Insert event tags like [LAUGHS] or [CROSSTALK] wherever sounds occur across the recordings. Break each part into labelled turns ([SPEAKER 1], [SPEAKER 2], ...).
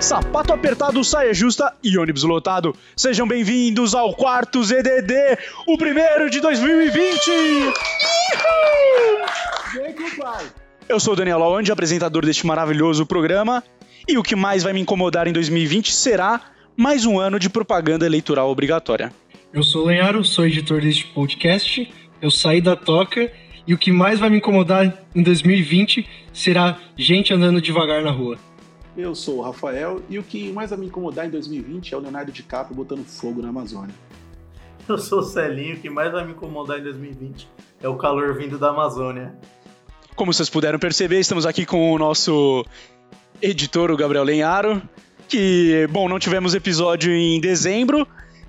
[SPEAKER 1] Sapato apertado, saia justa e ônibus lotado. Sejam bem-vindos ao quarto ZDD, o primeiro de 2020!
[SPEAKER 2] Vem com o pai.
[SPEAKER 1] Eu sou o Daniel Lawande, apresentador deste maravilhoso programa. E o que mais vai me incomodar em 2020 será mais um ano de propaganda eleitoral obrigatória.
[SPEAKER 3] Eu sou o Lenharo, sou editor deste podcast. Eu saí da toca e o que mais vai me incomodar em 2020 será gente andando devagar na rua.
[SPEAKER 4] Eu sou o Rafael e o que mais vai me incomodar em 2020 é o Leonardo DiCaprio botando fogo na Amazônia.
[SPEAKER 5] Eu sou o Celinho, o que mais vai me incomodar em 2020 é o calor vindo da Amazônia.
[SPEAKER 1] Como vocês puderam perceber, estamos aqui com o nosso editor, o Gabriel Lenharo, que, bom, não tivemos episódio em dezembro,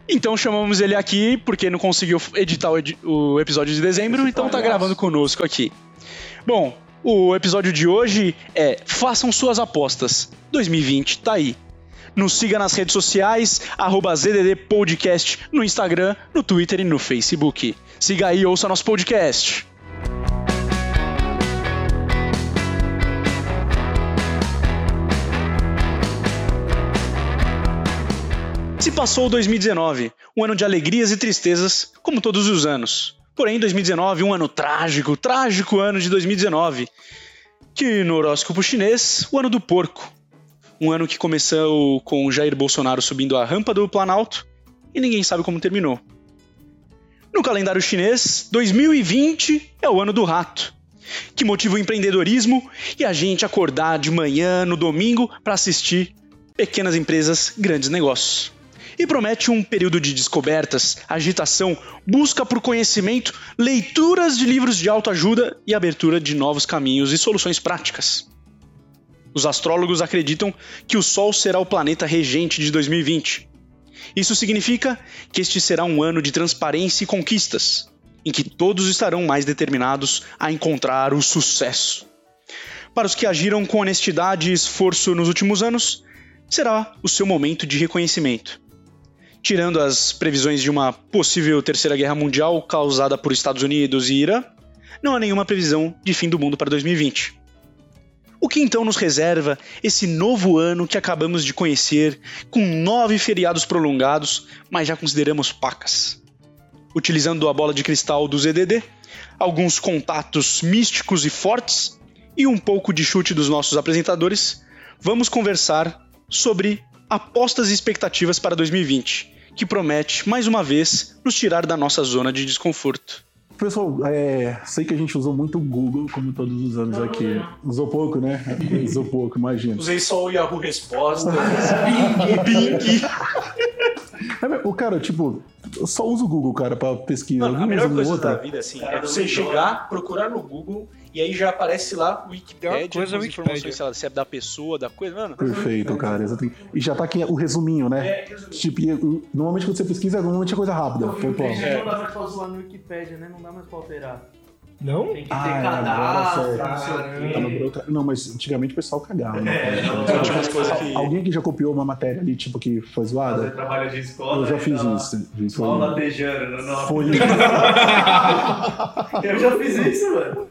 [SPEAKER 1] então chamamos ele aqui porque não conseguiu editar o, edi- o episódio de dezembro,
[SPEAKER 4] Esse
[SPEAKER 1] então tá
[SPEAKER 4] palhaço.
[SPEAKER 1] gravando conosco aqui. Bom, o episódio de hoje é Façam Suas Apostas. 2020 tá aí. Nos siga nas redes sociais, arroba ZDD Podcast, no Instagram, no Twitter e no Facebook. Siga aí e ouça nosso podcast. Se passou 2019, um ano de alegrias e tristezas, como todos os anos. Porém, 2019, um ano trágico, trágico ano de 2019, que no horóscopo chinês, o ano do porco. Um ano que começou com Jair Bolsonaro subindo a rampa do Planalto e ninguém sabe como terminou. No calendário chinês, 2020 é o ano do rato, que motiva o empreendedorismo e a gente acordar de manhã no domingo para assistir Pequenas Empresas, Grandes Negócios e promete um período de descobertas, agitação, busca por conhecimento, leituras de livros de autoajuda e abertura de novos caminhos e soluções práticas. Os astrólogos acreditam que o Sol será o planeta regente de 2020. Isso significa que este será um ano de transparência e conquistas, em que todos estarão mais determinados a encontrar o sucesso. Para os que agiram com honestidade e esforço nos últimos anos, será o seu momento de reconhecimento tirando as previsões de uma possível terceira guerra mundial causada por Estados Unidos e Irã, não há nenhuma previsão de fim do mundo para 2020. O que então nos reserva esse novo ano que acabamos de conhecer, com nove feriados prolongados, mas já consideramos pacas? Utilizando a bola de cristal do ZDD, alguns contatos místicos e fortes e um pouco de chute dos nossos apresentadores, vamos conversar sobre apostas e expectativas para 2020, que promete, mais uma vez, nos tirar da nossa zona de desconforto.
[SPEAKER 4] Pessoal, é, sei que a gente usou muito o Google, como todos os anos aqui. Usou
[SPEAKER 6] [LAUGHS]
[SPEAKER 4] pouco, né? Usou pouco, imagino.
[SPEAKER 1] Usei só o Yahoo Respostas, [LAUGHS] Bing, Bing.
[SPEAKER 4] É, mas, o cara, tipo, eu só uso o Google, cara, pra pesquisa.
[SPEAKER 6] Mano, a
[SPEAKER 4] Algum
[SPEAKER 6] melhor
[SPEAKER 4] usa
[SPEAKER 6] coisa da
[SPEAKER 4] outra.
[SPEAKER 6] vida, assim, é você chegar, procurar no Google e aí já aparece lá o Wikipedia,
[SPEAKER 3] Pior coisa é
[SPEAKER 6] com as
[SPEAKER 3] Wikipedia.
[SPEAKER 6] informações, sei lá, se é da pessoa, da coisa, mano.
[SPEAKER 4] Perfeito, cara. exatamente. E já tá aqui o resuminho, né?
[SPEAKER 6] É, resumindo,
[SPEAKER 4] Tipo, e, um, normalmente quando você pesquisa, normalmente é coisa rápida. Foi bom.
[SPEAKER 6] É.
[SPEAKER 5] Não dá mais pra usar no Wikipédia, né? Não dá mais pra alterar.
[SPEAKER 3] Não?
[SPEAKER 5] Tem que ter
[SPEAKER 4] Ah, é,
[SPEAKER 5] cadastro,
[SPEAKER 4] agora
[SPEAKER 5] não sei
[SPEAKER 4] Tá no
[SPEAKER 5] o quê.
[SPEAKER 4] burocra- Não, mas antigamente o pessoal cagava. né?
[SPEAKER 6] é uma das coisas que-
[SPEAKER 4] Al- Alguém que já copiou uma matéria ali, tipo, que foi
[SPEAKER 5] Fazer
[SPEAKER 4] zoada?
[SPEAKER 5] trabalho de escola.
[SPEAKER 4] Eu já
[SPEAKER 5] né?
[SPEAKER 4] fiz
[SPEAKER 5] Tá lá.
[SPEAKER 4] isso. Isso
[SPEAKER 5] Só
[SPEAKER 4] foi-
[SPEAKER 5] latejando, não.
[SPEAKER 4] Foi
[SPEAKER 5] Eu já fiz isso, mano.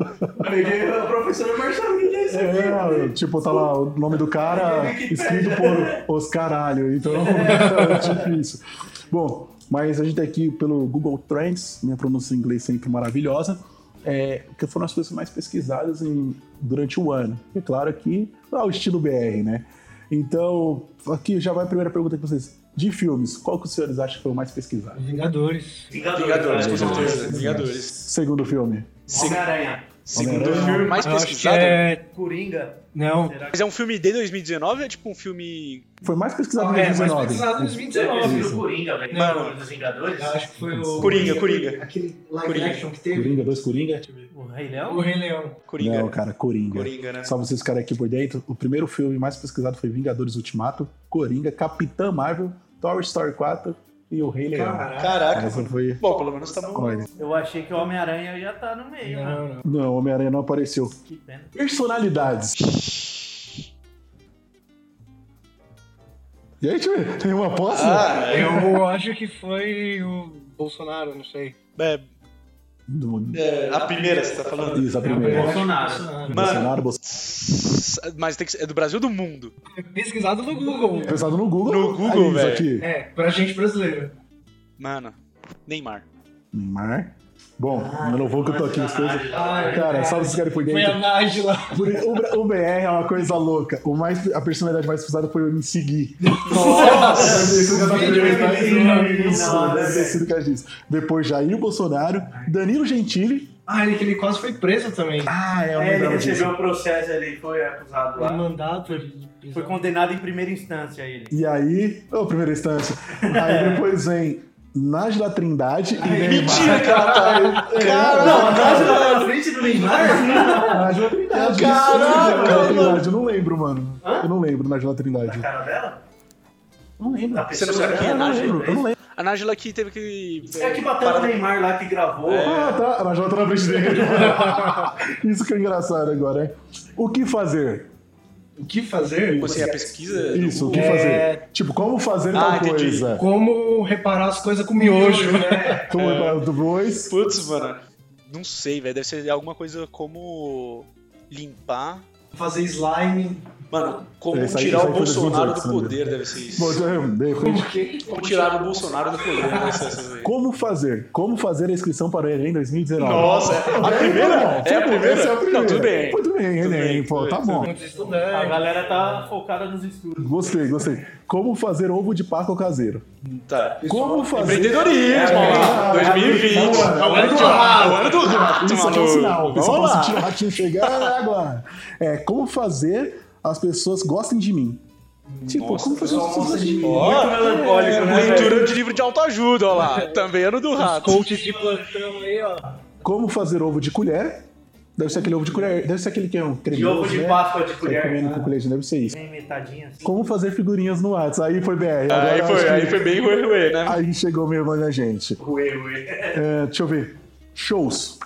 [SPEAKER 5] Peguei a professora Marcelinha, isso aqui, mano.
[SPEAKER 4] É, tipo, tá lá o nome do cara escrito por os caralho. Então, [LAUGHS] é tipo isso. Bom, mas a gente tá aqui pelo Google Trends, minha pronúncia em inglês sempre maravilhosa, é, que foram as coisas mais pesquisadas em- durante o ano. E claro que lá o estilo BR, né? Então, aqui já vai a primeira pergunta pra vocês. De filmes, qual que os senhores acham que foi o mais pesquisado?
[SPEAKER 3] Vingadores.
[SPEAKER 6] Vingadores, com
[SPEAKER 5] né?
[SPEAKER 6] certeza. Vingadores.
[SPEAKER 4] Segundo filme.
[SPEAKER 5] Homem-Aranha.
[SPEAKER 6] Segundo
[SPEAKER 4] Homem-Aranha.
[SPEAKER 6] um filme mais
[SPEAKER 3] Eu acho que
[SPEAKER 6] pesquisado.
[SPEAKER 3] é.
[SPEAKER 5] Coringa.
[SPEAKER 3] Não.
[SPEAKER 5] Será que
[SPEAKER 6] Mas é um filme de 2019 ou é tipo um filme.
[SPEAKER 4] Foi mais pesquisado em
[SPEAKER 3] É, mas
[SPEAKER 4] 2019.
[SPEAKER 3] pesquisado em
[SPEAKER 5] você
[SPEAKER 3] 2019.
[SPEAKER 5] viu o Coringa, velho?
[SPEAKER 3] Mano.
[SPEAKER 5] Mano, dos Vingadores?
[SPEAKER 3] Eu Acho que foi o.
[SPEAKER 6] Coringa, Coringa.
[SPEAKER 3] Aquele live
[SPEAKER 6] Coringa.
[SPEAKER 3] action que teve.
[SPEAKER 4] Coringa, dois Coringa?
[SPEAKER 5] O Rei
[SPEAKER 3] O
[SPEAKER 5] Leão?
[SPEAKER 3] Rei Leão.
[SPEAKER 6] Coringa.
[SPEAKER 4] Não, cara, Coringa.
[SPEAKER 6] Coringa, né?
[SPEAKER 4] Só vocês ficarem aqui por dentro. O primeiro filme mais pesquisado foi Vingadores Ultimato, Coringa, Capitã Marvel, Toy Story 4 e o Rei Leão.
[SPEAKER 6] Caraca.
[SPEAKER 4] Essa foi
[SPEAKER 6] Bom, pelo menos tá
[SPEAKER 4] a
[SPEAKER 6] bom.
[SPEAKER 4] ordem.
[SPEAKER 5] Eu achei que o Homem-Aranha ia estar no meio, mano.
[SPEAKER 3] Não, não.
[SPEAKER 4] Não, Homem-Aranha não apareceu.
[SPEAKER 5] Que pena.
[SPEAKER 4] Personalidades. E aí, time? Tem uma aposta?
[SPEAKER 6] Ah,
[SPEAKER 3] Eu acho que foi o Bolsonaro, não sei.
[SPEAKER 6] é,
[SPEAKER 4] do-
[SPEAKER 7] É, a primeira, você tá falando?
[SPEAKER 4] Isso, a primeira.
[SPEAKER 5] É, Bolsonaro.
[SPEAKER 4] Bolsonaro, Bolsonaro.
[SPEAKER 1] Mas tem que ser, é do Brasil ou do mundo?
[SPEAKER 3] Pesquisado no Google.
[SPEAKER 4] Pensado no Google.
[SPEAKER 1] No Google,
[SPEAKER 4] isso
[SPEAKER 1] velho.
[SPEAKER 4] aqui.
[SPEAKER 3] É, pra gente brasileiro.
[SPEAKER 1] Mano, Neymar.
[SPEAKER 4] Neymar. Bem, eu não vou que eu tô aqui nas coisas.
[SPEAKER 5] É,
[SPEAKER 3] Ai,
[SPEAKER 4] Cara, sabe se querem por
[SPEAKER 3] Foi a
[SPEAKER 4] dentro?
[SPEAKER 3] Nájila.
[SPEAKER 4] Por- O, Bra- o BR é uma coisa louca. O mais, a personalidade mais pesada foi o me seguir. Ah, Então, Depois Jair Bolsonaro, Danilo Gentili.
[SPEAKER 3] Ah, ele, que ele quase foi preso também.
[SPEAKER 4] Ah, é o
[SPEAKER 5] É, ele
[SPEAKER 4] lembrava
[SPEAKER 5] recebeu
[SPEAKER 4] disso.
[SPEAKER 5] o processo ele foi acusado
[SPEAKER 3] Foi
[SPEAKER 5] lá.
[SPEAKER 3] mandado de prisão.
[SPEAKER 5] Foi condenado em primeira instância ele.
[SPEAKER 4] E aí, ô, primeira instância. Aí depois vem Nájila Trindade e Neymar.
[SPEAKER 1] cara!
[SPEAKER 5] Cara, não, a Nájila tá na frente do Neymar?
[SPEAKER 4] Nájila Trindade.
[SPEAKER 1] Caraca,
[SPEAKER 4] Nájila
[SPEAKER 1] mano.
[SPEAKER 4] Trindade, Eu não lembro, mano. Eu não lembro Nájila Trindade.
[SPEAKER 5] Cara dela?
[SPEAKER 4] Não lembro.
[SPEAKER 5] A
[SPEAKER 1] Você não
[SPEAKER 5] pessoa
[SPEAKER 1] sabe quem é
[SPEAKER 5] que-
[SPEAKER 4] Eu não
[SPEAKER 5] Nájila,
[SPEAKER 4] lembro, eu não lembro.
[SPEAKER 1] A Nájila que teve que.
[SPEAKER 5] É que bateu o Neymar lá que gravou.
[SPEAKER 4] Ah, tá. A Nájila tá na frente dele. [LAUGHS] Isso que é engraçado agora, hein? O que fazer?
[SPEAKER 3] O que fazer?
[SPEAKER 1] Você é a pesquisa? do
[SPEAKER 4] Isso, o
[SPEAKER 1] Google?
[SPEAKER 4] que
[SPEAKER 3] É.
[SPEAKER 4] fazer? Tipo, como fazer
[SPEAKER 1] Ah,
[SPEAKER 4] tal
[SPEAKER 1] entendi.
[SPEAKER 4] coisa?
[SPEAKER 3] Como reparar as coisas com miojo. né?
[SPEAKER 4] Como
[SPEAKER 1] É.
[SPEAKER 4] reparar do dois?
[SPEAKER 1] Putz, mano. Não sei, velho. Deve ser alguma coisa como limpar.
[SPEAKER 3] Fazer slime.
[SPEAKER 1] Mano, como
[SPEAKER 4] É, isso aí-
[SPEAKER 1] tirar o
[SPEAKER 4] isso aí foi dos
[SPEAKER 1] Bolsonaro do
[SPEAKER 4] outros, né?
[SPEAKER 1] poder, deve ser isso.
[SPEAKER 4] Bom, então, de repente,
[SPEAKER 1] Como tirar o Bolsonaro do poder, deve ser isso. aí.
[SPEAKER 4] Como fazer? Como fazer a inscrição para o Enem 2019?
[SPEAKER 1] Nossa, a primeira? É a primeira?
[SPEAKER 4] Essa é a primeira.
[SPEAKER 1] Não, tudo bem.
[SPEAKER 4] Pô, Tudo bem,
[SPEAKER 1] Tudo
[SPEAKER 4] Enem,
[SPEAKER 1] bem,
[SPEAKER 4] pô,
[SPEAKER 1] tudo
[SPEAKER 4] tá
[SPEAKER 1] bem.
[SPEAKER 4] bom.
[SPEAKER 3] Muitos
[SPEAKER 5] A
[SPEAKER 3] estudantes.
[SPEAKER 5] galera tá focada nos estudos.
[SPEAKER 4] Gostei, gostei. Como fazer ovo de Páscoa caseiro?
[SPEAKER 1] Tá.
[SPEAKER 4] Como fazer...
[SPEAKER 1] Empreendedorismo, ó lá.
[SPEAKER 4] É,
[SPEAKER 1] 2020.
[SPEAKER 4] vamos lá.
[SPEAKER 1] O ano do rato, o ano do rato,
[SPEAKER 4] Isso aqui é um sinal.
[SPEAKER 1] maluco.
[SPEAKER 4] Eu só
[SPEAKER 1] Vamos
[SPEAKER 4] posso tirar o
[SPEAKER 1] lá.
[SPEAKER 4] ratinho chegar agora. É, como fazer as pessoas gostem de mim? Tipo, como fazer as pessoas gostem de mim?
[SPEAKER 5] Muito melancólico, né? velho?
[SPEAKER 1] Leitura de livro de autoajuda, ó lá. Também ano do
[SPEAKER 3] Os
[SPEAKER 1] rato.
[SPEAKER 3] coaches de plantão aí, ó.
[SPEAKER 4] Como fazer ovo de colher? Deve ser aquele ovo de colher. Deve ser aquele que é um
[SPEAKER 5] De ovo
[SPEAKER 4] cremoso,
[SPEAKER 5] de
[SPEAKER 4] né?
[SPEAKER 5] Páscoa de
[SPEAKER 4] Sai
[SPEAKER 5] colher. né?
[SPEAKER 4] comendo com colher, deve ser isso.
[SPEAKER 5] Bem metadinha assim.
[SPEAKER 4] Como fazer figurinhas no WhatsApp? Aí foi BR. Agora
[SPEAKER 1] Aí
[SPEAKER 4] eu acho
[SPEAKER 1] foi,
[SPEAKER 4] que-
[SPEAKER 1] aí foi bem ruim, ruim, né?
[SPEAKER 4] Aí chegou meio longe da gente.
[SPEAKER 5] Ruê, ruê.
[SPEAKER 4] É, deixa eu ver. Shows.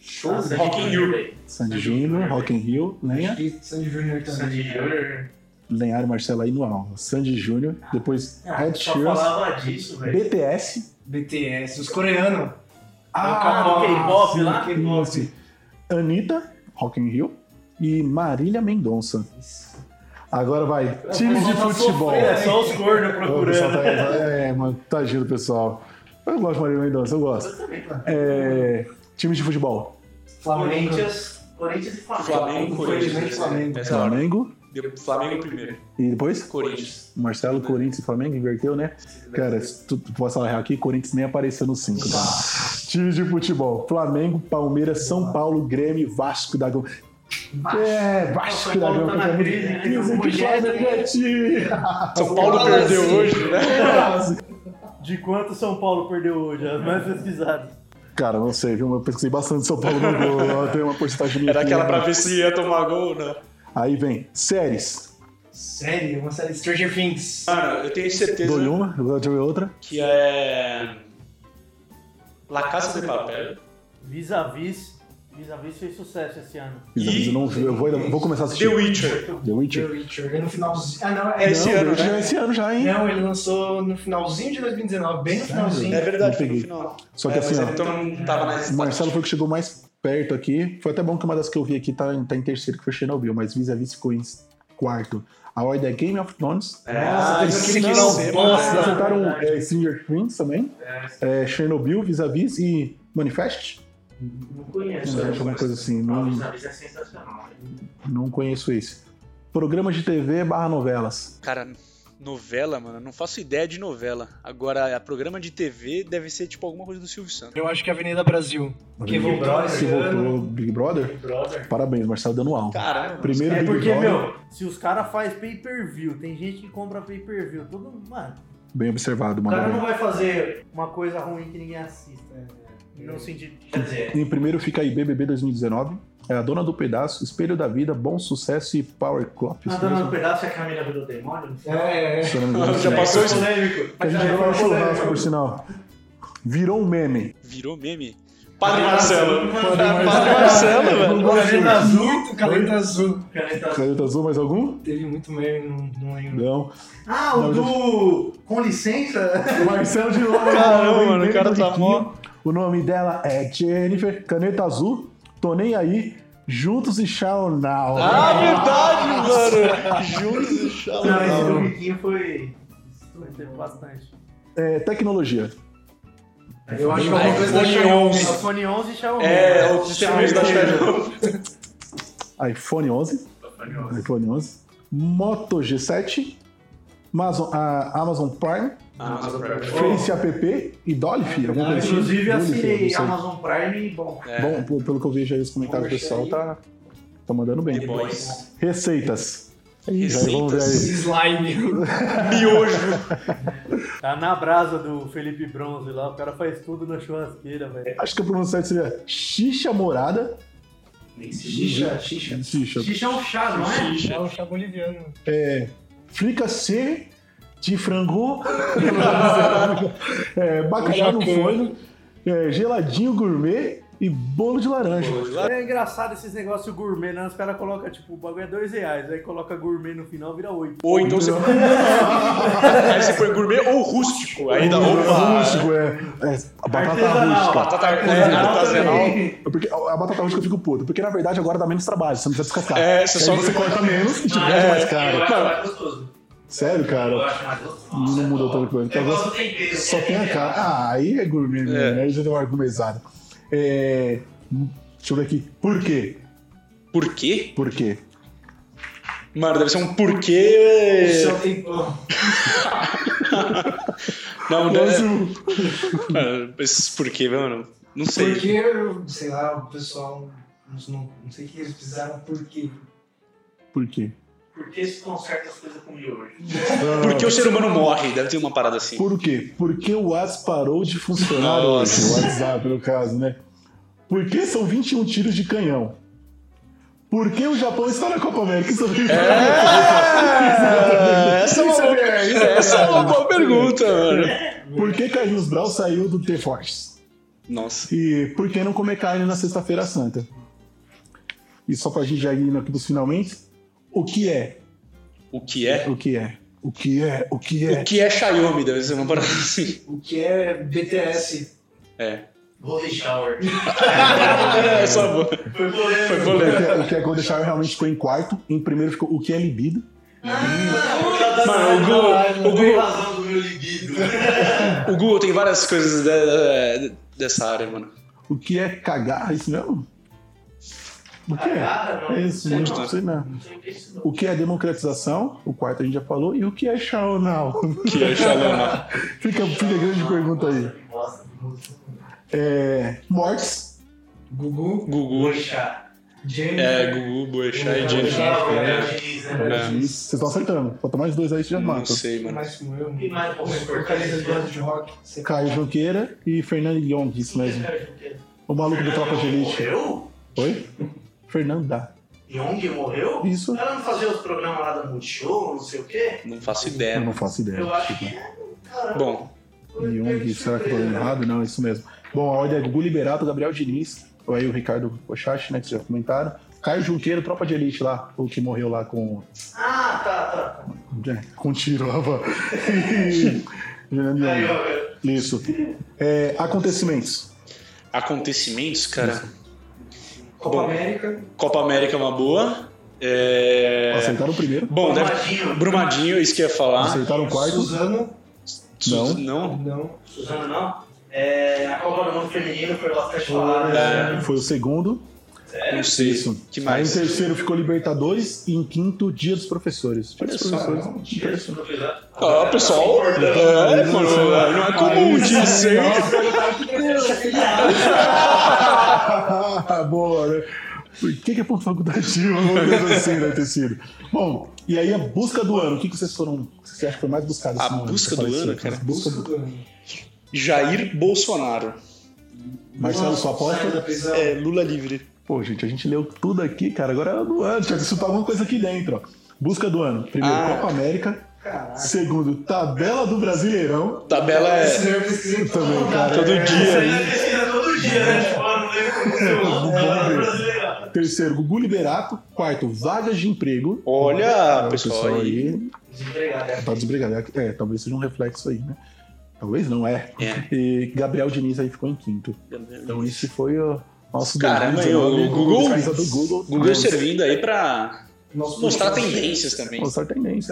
[SPEAKER 5] Shows
[SPEAKER 4] né?
[SPEAKER 7] Rock in Rio.
[SPEAKER 4] Sandy Júnior, Rock in Rio, Lenha.
[SPEAKER 3] Sandy Júnior
[SPEAKER 5] Sandy Júnior.
[SPEAKER 4] Lenhar e Marcelo aí no aula. Sandy Júnior, depois Red
[SPEAKER 5] É, Só
[SPEAKER 4] Shears,
[SPEAKER 5] falava disso, velho.
[SPEAKER 4] BTS.
[SPEAKER 3] BTS, os coreanos.
[SPEAKER 5] É
[SPEAKER 3] Ah,
[SPEAKER 5] o Ah, K-pop
[SPEAKER 4] Ah, sim,
[SPEAKER 5] lá? K-pop.
[SPEAKER 4] sim. Anitta, Rock in Rio. E Marília Mendonça. Agora vai. Time de futebol.
[SPEAKER 5] É só os cornos
[SPEAKER 4] Ô, o pessoal tá,
[SPEAKER 5] procurando.
[SPEAKER 4] é, mano, tadinho do pessoal. Eu gosto de Marília Mendonça, eu gosto. É, time de futebol.
[SPEAKER 3] Flamengo.
[SPEAKER 5] Corinthians, Corinthians e Flamengo.
[SPEAKER 1] Ah, Flamengo, Corinthians. né?
[SPEAKER 3] Flamengo.
[SPEAKER 1] Essa hora.
[SPEAKER 4] Flamengo.
[SPEAKER 1] Deu- Flamengo primeiro.
[SPEAKER 4] E depois?
[SPEAKER 1] Corinthians.
[SPEAKER 4] Marcelo, Corinthians e Flamengo, inverteu, né? Cara, se tu tu posso falar real aqui, Corinthians nem apareceu nos cinco. Tá? Time de futebol. Flamengo, Palmeiras, São Paulo, Grêmio, Vasco da Gama. É, Vasco
[SPEAKER 5] São
[SPEAKER 4] da
[SPEAKER 5] Paulo
[SPEAKER 4] Gama.
[SPEAKER 5] tá na
[SPEAKER 4] campeão.
[SPEAKER 5] crise, né?
[SPEAKER 4] Dizem que o Flamengo é time.
[SPEAKER 1] né? São Paulo
[SPEAKER 3] Fala
[SPEAKER 1] perdeu
[SPEAKER 3] assim.
[SPEAKER 1] hoje, né?
[SPEAKER 5] De quanto São Paulo perdeu hoje? As mais pesquisadas.
[SPEAKER 4] Cara, não sei, viu? Eu pesquisei bastante São Paulo no gol. Tem uma porcentagem minha
[SPEAKER 1] Era
[SPEAKER 4] aqui,
[SPEAKER 1] aquela
[SPEAKER 4] né?
[SPEAKER 1] pra ver se ia tomar gol ou não.
[SPEAKER 4] Aí vem séries.
[SPEAKER 3] Série, uma série Stranger Things.
[SPEAKER 1] Mano, eu tenho certeza
[SPEAKER 4] Dou-lhe uma, deixa eu ver outra.
[SPEAKER 1] que é. La Casa de Papel.
[SPEAKER 5] Vis-a-vis. Vis-a-vis fez sucesso esse ano.
[SPEAKER 4] Vis-a-vis, eu, não vi, eu vou, ainda- vou começar a
[SPEAKER 1] The
[SPEAKER 4] assistir.
[SPEAKER 1] Witcher.
[SPEAKER 4] The
[SPEAKER 3] The
[SPEAKER 4] Witcher.
[SPEAKER 3] Witcher. é No finalzinho. Ah, não,
[SPEAKER 1] É
[SPEAKER 3] é.
[SPEAKER 1] esse
[SPEAKER 4] Não,
[SPEAKER 1] ano,
[SPEAKER 4] The Witcher
[SPEAKER 1] né?
[SPEAKER 4] é esse ano já, hein?
[SPEAKER 3] Não, ele lançou no finalzinho de 2019, bem no finalzinho.
[SPEAKER 1] É verdade,
[SPEAKER 4] Não
[SPEAKER 1] foi no
[SPEAKER 4] peguei.
[SPEAKER 1] final.
[SPEAKER 4] Só que
[SPEAKER 1] É, mas
[SPEAKER 4] assim, ó,
[SPEAKER 1] Então não tava na
[SPEAKER 4] o Marcelo foi o que chegou mais perto aqui. Foi até bom que uma das que eu vi aqui tá, em- tá em terceiro, que foi Chernobyl, mas vis-a-vis ficou em quarto. A ordem é Game of Thrones.
[SPEAKER 1] Ah,
[SPEAKER 3] Teve
[SPEAKER 1] isso
[SPEAKER 3] aquele
[SPEAKER 1] não,
[SPEAKER 3] que não
[SPEAKER 1] sei,
[SPEAKER 3] bosta.
[SPEAKER 1] mano.
[SPEAKER 4] Vocês acertaram é, Stranger Things também. É, Chernobyl, vis-a-vis e Manifest.
[SPEAKER 5] Não conheço.
[SPEAKER 4] Não, alguma coisa assim.
[SPEAKER 5] Ah,
[SPEAKER 4] Não,
[SPEAKER 5] Vis-a-vis é sensacional.
[SPEAKER 4] não conheço esse. Programas de TV barra novelas.
[SPEAKER 1] Cara, novela, mano, eu não faço ideia de novela. Agora, a programa de TV deve ser tipo alguma coisa do Silvio Santos.
[SPEAKER 3] Eu acho que é Avenida Brasil. Que voltou esse
[SPEAKER 4] Se
[SPEAKER 3] ano.
[SPEAKER 4] voltou Big Brother,
[SPEAKER 5] Brother.
[SPEAKER 4] parabéns, Marcelo dando aula.
[SPEAKER 1] Caramba.
[SPEAKER 4] Primeiro
[SPEAKER 5] É
[SPEAKER 4] Big
[SPEAKER 5] porque,
[SPEAKER 4] Brother,
[SPEAKER 5] meu, se os caras fazem pay-per-view, tem gente que compra pay-per-view, todo mundo, mano,
[SPEAKER 4] bem observado,
[SPEAKER 5] o cara não
[SPEAKER 4] mano.
[SPEAKER 5] vai fazer uma coisa ruim que ninguém assista. Não sentido, É. quer dizer,
[SPEAKER 4] Em primeiro fica aí BBB 2019, é a Dona do Pedaço, Espelho da Vida, Bom Sucesso e Power Clop.
[SPEAKER 5] a
[SPEAKER 4] isso
[SPEAKER 5] dona do
[SPEAKER 4] mesmo?
[SPEAKER 5] pedaço é a Camila do Demônio? não sei.
[SPEAKER 3] É, é.
[SPEAKER 4] Se eu não me
[SPEAKER 3] [LAUGHS]
[SPEAKER 4] engano,
[SPEAKER 1] Já
[SPEAKER 4] sim.
[SPEAKER 1] passou isso?
[SPEAKER 5] polêmico.
[SPEAKER 4] Que a gente
[SPEAKER 5] Mas
[SPEAKER 4] virou um
[SPEAKER 5] foi polêmico.
[SPEAKER 3] né?
[SPEAKER 4] churrasco, por sinal. Virou um meme.
[SPEAKER 1] Virou meme. Padre Marcelo.
[SPEAKER 4] Padre
[SPEAKER 1] Padre Marcelo, velho.
[SPEAKER 3] Caneta azul. Muito caneta azul.
[SPEAKER 5] Caneta-
[SPEAKER 4] Caneta azul, mais algum?
[SPEAKER 3] Teve muito meme, não, não lembro.
[SPEAKER 4] Não.
[SPEAKER 5] Ah, o do. Com licença?
[SPEAKER 4] Marcelo de novo.
[SPEAKER 1] Caramba,
[SPEAKER 4] Vem
[SPEAKER 1] mano, o
[SPEAKER 4] bem
[SPEAKER 1] cara
[SPEAKER 4] do
[SPEAKER 1] tá
[SPEAKER 4] Riquinho. O nome dela é Jennifer Caneta Azul. Tô nem aí. Juntos e Shall Now.
[SPEAKER 5] Ah,
[SPEAKER 1] é
[SPEAKER 5] verdade, mano! Juntos e
[SPEAKER 8] Não,
[SPEAKER 5] Shall
[SPEAKER 8] esse
[SPEAKER 5] Now.
[SPEAKER 8] do Riquinho foi. Teve bastante.
[SPEAKER 4] É, tecnologia.
[SPEAKER 8] Eu acho que é alguma coisa da
[SPEAKER 5] iPhone
[SPEAKER 8] Xiaomi.
[SPEAKER 5] 11.
[SPEAKER 8] iPhone 11 e Xiaomi.
[SPEAKER 1] É,
[SPEAKER 8] né?
[SPEAKER 1] o sistema mesmo da Xiaomi.
[SPEAKER 4] iPhone 11. iPhone 11. Moto G7. Amazon, a Amazon Prime.
[SPEAKER 1] Amazon
[SPEAKER 8] é
[SPEAKER 1] Prime.
[SPEAKER 4] Face App e Dolly, filho. alguma coisa assim. Dolly,
[SPEAKER 8] Inclusive,
[SPEAKER 4] filho, não
[SPEAKER 8] assinei
[SPEAKER 4] sei.
[SPEAKER 8] Amazon Prime e bom.
[SPEAKER 1] É.
[SPEAKER 4] Bom, pelo- pelo que eu vejo aí os comentários do pessoal, tá, tá mandando bem.
[SPEAKER 1] E boys. Receitas.
[SPEAKER 4] Receitas. Aí, vamos ver aí.
[SPEAKER 3] um Slime.
[SPEAKER 1] Miojo.
[SPEAKER 8] [LAUGHS] Tá na brasa do Felipe Bronze lá, o cara faz tudo na churrasqueira, velho.
[SPEAKER 4] Acho que a pronúncia certa seria Xixa Morada.
[SPEAKER 8] Xixa, xixa.
[SPEAKER 4] Xixa.
[SPEAKER 8] Xixa é um chá, não é?
[SPEAKER 3] É o chá boliviano.
[SPEAKER 4] É, fricassê de frango. é, bacalhau no
[SPEAKER 3] Jacan.
[SPEAKER 4] forno. é, geladinho gourmet e bolo de laranja.
[SPEAKER 8] É engraçado esses negócios gourmet, né? Os caras colocam, tipo, o bagulho é dois reais, aí coloca gourmet no final, vira oito.
[SPEAKER 1] Ou então você. Aí você põe gourmet ou rústico. Aí dá opa. tá,
[SPEAKER 4] Rústico, é, é, a batata
[SPEAKER 8] Artesanal.
[SPEAKER 4] rústica.
[SPEAKER 1] Batata
[SPEAKER 8] Artesanal
[SPEAKER 1] artesanal.
[SPEAKER 8] também.
[SPEAKER 4] É Porque a batata rústica eu fico puto, porque na verdade agora dá menos trabalho, você não precisa descascar.
[SPEAKER 1] É, você
[SPEAKER 4] Aí
[SPEAKER 1] só- É.
[SPEAKER 4] você corta menos e te vende mais caro. Sério, cara? Não mudou tanta coisa. Porque agora só É tem a cara. Ah, aí é gourmet mesmo,
[SPEAKER 1] É.
[SPEAKER 4] aí já deu uma argumezada. É, deixa eu ver aqui. Por quê?
[SPEAKER 1] Por quê?
[SPEAKER 4] Por quê?
[SPEAKER 1] Mano, deve ser um
[SPEAKER 3] É.
[SPEAKER 1] porquê. Não, deve.
[SPEAKER 4] Mas,
[SPEAKER 1] Mano, Esses porquê, mano. Não sei.
[SPEAKER 2] Porque, eu- sei lá, o pessoal. Não, não sei o que eles precisaram, por quê?
[SPEAKER 4] Por quê?
[SPEAKER 8] Por que se conserta as coisas com miojo?
[SPEAKER 1] Por que o ser humano morre? Deve ter uma parada assim.
[SPEAKER 4] Por quê? Porque o WhatsApp parou de funcionar
[SPEAKER 1] Nossa.
[SPEAKER 4] hoje, o WhatsApp no caso, né? Por que são 21 tiros de canhão? Por que o Japão está na Copa América? Isso é,
[SPEAKER 1] É, essa é uma boa, essa é uma boa pergunta, mano.
[SPEAKER 4] Por que Carlinhos Brau saiu do T-Force?
[SPEAKER 1] Nossa.
[SPEAKER 4] E por que não comer carne na Sexta-feira Santa? E só pra gente já ir aqui dos finalmente, o que é?
[SPEAKER 1] O que é?
[SPEAKER 4] O que é? O que é? O que
[SPEAKER 1] O
[SPEAKER 4] é?
[SPEAKER 1] que é Xiaomi? Deve ser uma parada assim. [LAUGHS]
[SPEAKER 2] O que é BTS?
[SPEAKER 1] É.
[SPEAKER 8] Holy shower.
[SPEAKER 1] É, essa boa.
[SPEAKER 8] Foi polêmico.
[SPEAKER 1] Foi
[SPEAKER 4] O que
[SPEAKER 1] polêmico.
[SPEAKER 4] é, o que é Golden Shower realmente ficou em quarto. Em primeiro ficou o que é libido.
[SPEAKER 1] Mano, o Google- o Google-
[SPEAKER 8] razão do meu libido.
[SPEAKER 1] O Google tem várias coisas de- de- dessa área, mano.
[SPEAKER 4] O que é cagar? Isso mesmo? O que é? É isso, não
[SPEAKER 1] não.
[SPEAKER 4] sei não. O que é democratização? O quarto a gente já falou. E o que é Shaonal?
[SPEAKER 1] O que é Xiaomi?
[SPEAKER 4] [LAUGHS] fica, fica a grande pergunta aí. É, mortes.
[SPEAKER 2] Gugu?
[SPEAKER 1] Gugu.
[SPEAKER 2] James?
[SPEAKER 1] É, Gugu, Boechat e Jennifer.
[SPEAKER 3] É.
[SPEAKER 4] Vocês estão acertando. Falta mais dois aí, você já
[SPEAKER 1] É. Não
[SPEAKER 4] mata.
[SPEAKER 1] sei, mano.
[SPEAKER 2] mais como eu?
[SPEAKER 8] mais como eu?
[SPEAKER 2] Vocalistas de banda de rock? Você
[SPEAKER 4] Caio Junqueira e Fernando Young, isso mesmo. O maluco do Tropa de Elite.
[SPEAKER 8] Morreu?
[SPEAKER 4] Oi? Fernanda.
[SPEAKER 8] Young morreu?
[SPEAKER 4] Isso.
[SPEAKER 8] Ela não fazia os programas lá da Multishow, não sei o quê?
[SPEAKER 1] Não faço
[SPEAKER 4] É. Eu
[SPEAKER 1] ideia.
[SPEAKER 4] não faço ideia.
[SPEAKER 8] Eu acho que é. Cara,
[SPEAKER 1] Bom,
[SPEAKER 4] Young, será que eu tô falando errado? Não, é isso mesmo. Bom, a ordem é Gugu Liberato, Gabriel Diniz, aí o Ricardo Pochach, né, que vocês já comentaram. Caio Junqueira, Tropa de Elite lá, o que morreu lá com...
[SPEAKER 8] Ah, tá, tá.
[SPEAKER 4] é, com tiro lá, pô. Fernando
[SPEAKER 8] Aí,
[SPEAKER 4] Young.
[SPEAKER 8] ó, velho.
[SPEAKER 4] [LAUGHS] Isso. É, acontecimentos.
[SPEAKER 1] acontecimentos, cara.
[SPEAKER 2] Copa
[SPEAKER 1] Bom.
[SPEAKER 2] América?
[SPEAKER 1] Copa América é uma boa. É...
[SPEAKER 4] Acertaram o primeiro.
[SPEAKER 1] Bom, deve...
[SPEAKER 8] Brumadinho.
[SPEAKER 1] Brumadinho, isso que eu ia falar.
[SPEAKER 4] Acertaram o
[SPEAKER 3] Ah,
[SPEAKER 4] quarto.
[SPEAKER 2] Suzano?
[SPEAKER 4] tá- Não.
[SPEAKER 1] Não?
[SPEAKER 2] Não.
[SPEAKER 8] Suzana, não? É, a Copa do Mundo Feminino foi bastante falada.
[SPEAKER 4] Foi o segundo.
[SPEAKER 1] É, Não sei.
[SPEAKER 4] Isso.
[SPEAKER 1] Que
[SPEAKER 4] Aí em
[SPEAKER 1] mais?
[SPEAKER 4] terceiro ficou Libertadores e em quinto Dia dos Professores. Dia dos Professores.
[SPEAKER 8] Isso não né? fez nada.
[SPEAKER 1] Ó, Ah, o pessoal.
[SPEAKER 4] né?
[SPEAKER 1] É, mano, não é comum de ser.
[SPEAKER 4] Ah, [LAUGHS] boa, né? Por que, que é ponto facultativo? [LAUGHS] Alguma coisa assim, né, tecido? Bom, e aí a busca do ano. O que, que vocês foram. O que vocês acham que foi mais buscado?
[SPEAKER 1] A
[SPEAKER 4] esse ano que
[SPEAKER 1] busca do
[SPEAKER 4] apareceu?
[SPEAKER 1] ano, cara?
[SPEAKER 4] Busca do...
[SPEAKER 1] Jair Bolsonaro.
[SPEAKER 4] Marcelo, sua
[SPEAKER 2] Saiu da
[SPEAKER 4] aposta?
[SPEAKER 2] prisão.
[SPEAKER 1] É, Lula livre.
[SPEAKER 4] Pô, gente, a gente leu tudo aqui, cara. Agora é do ano. Tinha que soltar alguma coisa aqui dentro, ó. Busca do ano. Primeiro,
[SPEAKER 1] Ah.
[SPEAKER 4] Copa América.
[SPEAKER 2] Caraca.
[SPEAKER 4] Segundo, tabela do Brasileirão.
[SPEAKER 1] Tabela
[SPEAKER 2] Esse
[SPEAKER 1] é
[SPEAKER 3] tá
[SPEAKER 2] eu pesquisei
[SPEAKER 4] Também, cara.
[SPEAKER 1] todo
[SPEAKER 8] Isso
[SPEAKER 1] dia.
[SPEAKER 8] aí é pesquisa todo dia, né?
[SPEAKER 4] É.
[SPEAKER 8] Tipo, ah, não lembro como funcionou. Tá lá no Brasileirão.
[SPEAKER 4] Terceiro, Gugu Liberato. Quarto, vagas de emprego.
[SPEAKER 1] Olha,
[SPEAKER 4] O
[SPEAKER 1] pessoal aí.
[SPEAKER 4] É, Tá desempregado. É, talvez seja um reflexo aí, né? Talvez não é.
[SPEAKER 1] É.
[SPEAKER 4] [LAUGHS] E Gabriel Diniz aí ficou em quinto. Então esse foi o nosso
[SPEAKER 5] Caramba, e
[SPEAKER 4] 2019
[SPEAKER 5] o Google-
[SPEAKER 4] pesquisa do Google,
[SPEAKER 1] é
[SPEAKER 5] Google servindo aí pra
[SPEAKER 2] Nosso
[SPEAKER 5] mostrar tendências também.
[SPEAKER 4] mostrar tendência.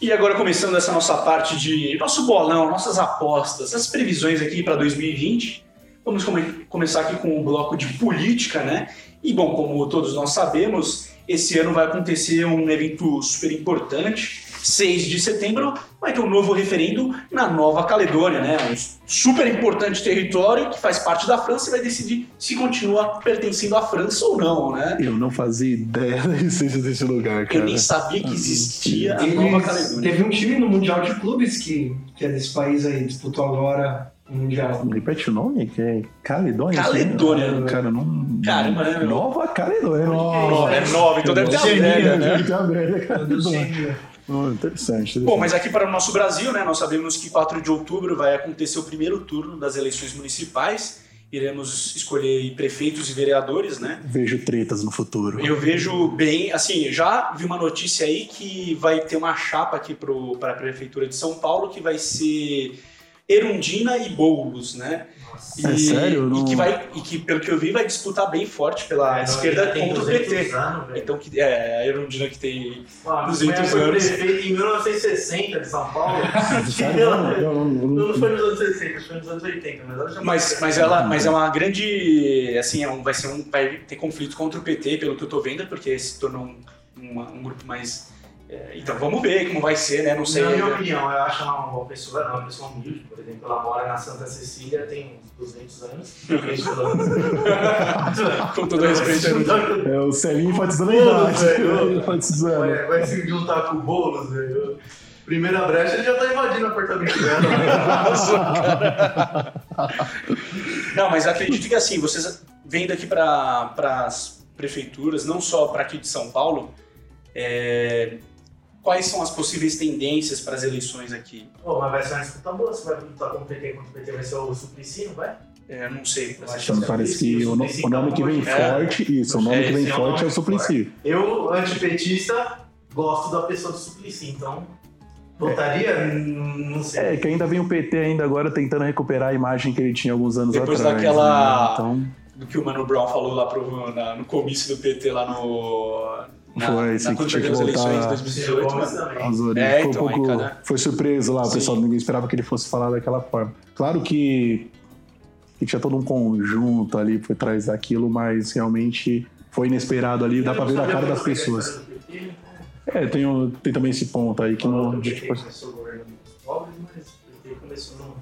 [SPEAKER 1] E agora começando essa nossa parte de nosso bolão, nossas apostas, as previsões aqui para 2020. Vamos come- começar aqui com o bloco de política, né? E bom, como todos nós sabemos, esse ano vai acontecer um evento super importante. 6 de setembro vai ter um novo referendo na Nova Caledônia, né? Um super importante território que faz parte da França e vai decidir se continua pertencendo à França ou não, né?
[SPEAKER 4] Eu não fazia ideia [LAUGHS] da existência desse lugar,
[SPEAKER 1] Eu
[SPEAKER 4] cara.
[SPEAKER 1] nem sabia que existia a Nova
[SPEAKER 2] Eles,
[SPEAKER 1] Caledônia.
[SPEAKER 2] teve um time no Mundial de Clubes que, que é desse país aí, disputou agora o Mundial.
[SPEAKER 4] Repete o nome? Que é Caledônia?
[SPEAKER 1] Caledônia.
[SPEAKER 4] Assim? Ah, Cara, não.
[SPEAKER 1] Caramba, né, meu?
[SPEAKER 4] Nova Caledônia. Nova.
[SPEAKER 1] É nova, então deve ter uma
[SPEAKER 4] Oceania,
[SPEAKER 1] velha, né?
[SPEAKER 4] deve ter uma velha
[SPEAKER 2] Eu não
[SPEAKER 4] Caledônia.
[SPEAKER 2] sei, meu.
[SPEAKER 4] Oh, interessante.
[SPEAKER 1] Bom, mas aqui para o nosso Brasil, né, nós sabemos que 4 de outubro vai acontecer o primeiro turno das eleições municipais. Iremos escolher aí prefeitos e vereadores, né?
[SPEAKER 4] Vejo tretas no futuro.
[SPEAKER 1] Eu vejo bem, assim, já vi uma notícia aí que vai ter uma chapa aqui para a prefeitura de São Paulo que vai ser Erundina e Boulos, né? E,
[SPEAKER 4] É sério?
[SPEAKER 1] E
[SPEAKER 4] Não-
[SPEAKER 1] que vai, e que pelo que eu vi vai disputar bem forte pela
[SPEAKER 8] É,
[SPEAKER 1] esquerda contra o PT. Então que é a Erundina que tem
[SPEAKER 8] Então,
[SPEAKER 1] 200
[SPEAKER 8] foi
[SPEAKER 1] anos.
[SPEAKER 8] prefeito em 1960 de São
[SPEAKER 4] [LAUGHS]
[SPEAKER 8] Paulo.
[SPEAKER 4] Sério, não, não, não, não.
[SPEAKER 8] Não foi nos anos 60, foi nos anos 80, mas ela já
[SPEAKER 1] Mas, mas ela mas é uma grande. Assim, é um- vai, ser um, vai ter conflito contra o PT, pelo que eu tô vendo, porque se tornou um, uma- um grupo mais. é, então vamos ver como vai ser, né? Não sei.
[SPEAKER 8] Na minha opinião, eu acho ela uma boa pessoa, ela é uma pessoa humilde, por exemplo, ela mora na Santa Cecília, tem uns 200 anos, 300 pelo menos.
[SPEAKER 1] [LAUGHS]
[SPEAKER 8] [LAUGHS]
[SPEAKER 1] com todo respeito. eu não-
[SPEAKER 4] É o Celinho enfatizando a
[SPEAKER 8] Boulos,
[SPEAKER 4] idade. [LAUGHS]
[SPEAKER 8] velho.
[SPEAKER 4] Celinho enfatizando.
[SPEAKER 8] Vai, vai se juntar com o Boulos, velho. Primeira brecha, ele já tá invadindo o apartamento dela. né?
[SPEAKER 1] Não, mas acredito que assim, vocês vendo aqui para as prefeituras, não só para aqui de São Paulo, é, quais são as possíveis tendências para as eleições aqui?
[SPEAKER 8] Pô, mas vai ser uma disputa boa, você vai lutar com o PT contra o PT, vai ser o Suplicy, não vai?
[SPEAKER 1] É, não sei.
[SPEAKER 8] Eu acho
[SPEAKER 4] Então parece que o, no- o nome que vem
[SPEAKER 1] É.
[SPEAKER 4] forte, isso, o nome que vem
[SPEAKER 8] Esse é o
[SPEAKER 4] forte é o
[SPEAKER 8] nome
[SPEAKER 4] Suplicy.
[SPEAKER 8] Eu, antipetista, gosto da pessoa do Suplicy, então votaria? N- Não sei.
[SPEAKER 4] É, que ainda vem o PT ainda agora tentando recuperar a imagem que ele tinha alguns anos
[SPEAKER 1] Depois
[SPEAKER 4] atrás.
[SPEAKER 1] daquela-
[SPEAKER 4] né?
[SPEAKER 1] do que o Mano Brown falou lá pro- na- no comício do PT lá no. Na,
[SPEAKER 4] Foi,
[SPEAKER 1] na,
[SPEAKER 4] sim, que
[SPEAKER 1] quando
[SPEAKER 4] tinha que
[SPEAKER 1] perdeu as
[SPEAKER 4] voltar-
[SPEAKER 1] eleições de
[SPEAKER 8] Ciro
[SPEAKER 1] 2018.
[SPEAKER 8] Gomes
[SPEAKER 1] mano.
[SPEAKER 8] também.
[SPEAKER 4] Então, as origens.
[SPEAKER 1] É,
[SPEAKER 4] Foi
[SPEAKER 1] então, aí, cara.
[SPEAKER 4] Foi surpreso lá, o
[SPEAKER 1] Sim.
[SPEAKER 4] pessoal, ninguém esperava que ele fosse falar daquela forma. Claro que, que tinha todo um conjunto ali por trás daquilo, mas realmente foi inesperado ali, dá pra ver a cara das pessoas.
[SPEAKER 8] né?
[SPEAKER 4] É, tem, o- tem também esse ponto aí que não.
[SPEAKER 1] Ah,
[SPEAKER 8] O
[SPEAKER 4] de,
[SPEAKER 8] PT
[SPEAKER 4] tipo,
[SPEAKER 8] começou o governo dos pobres, mas o PT começou no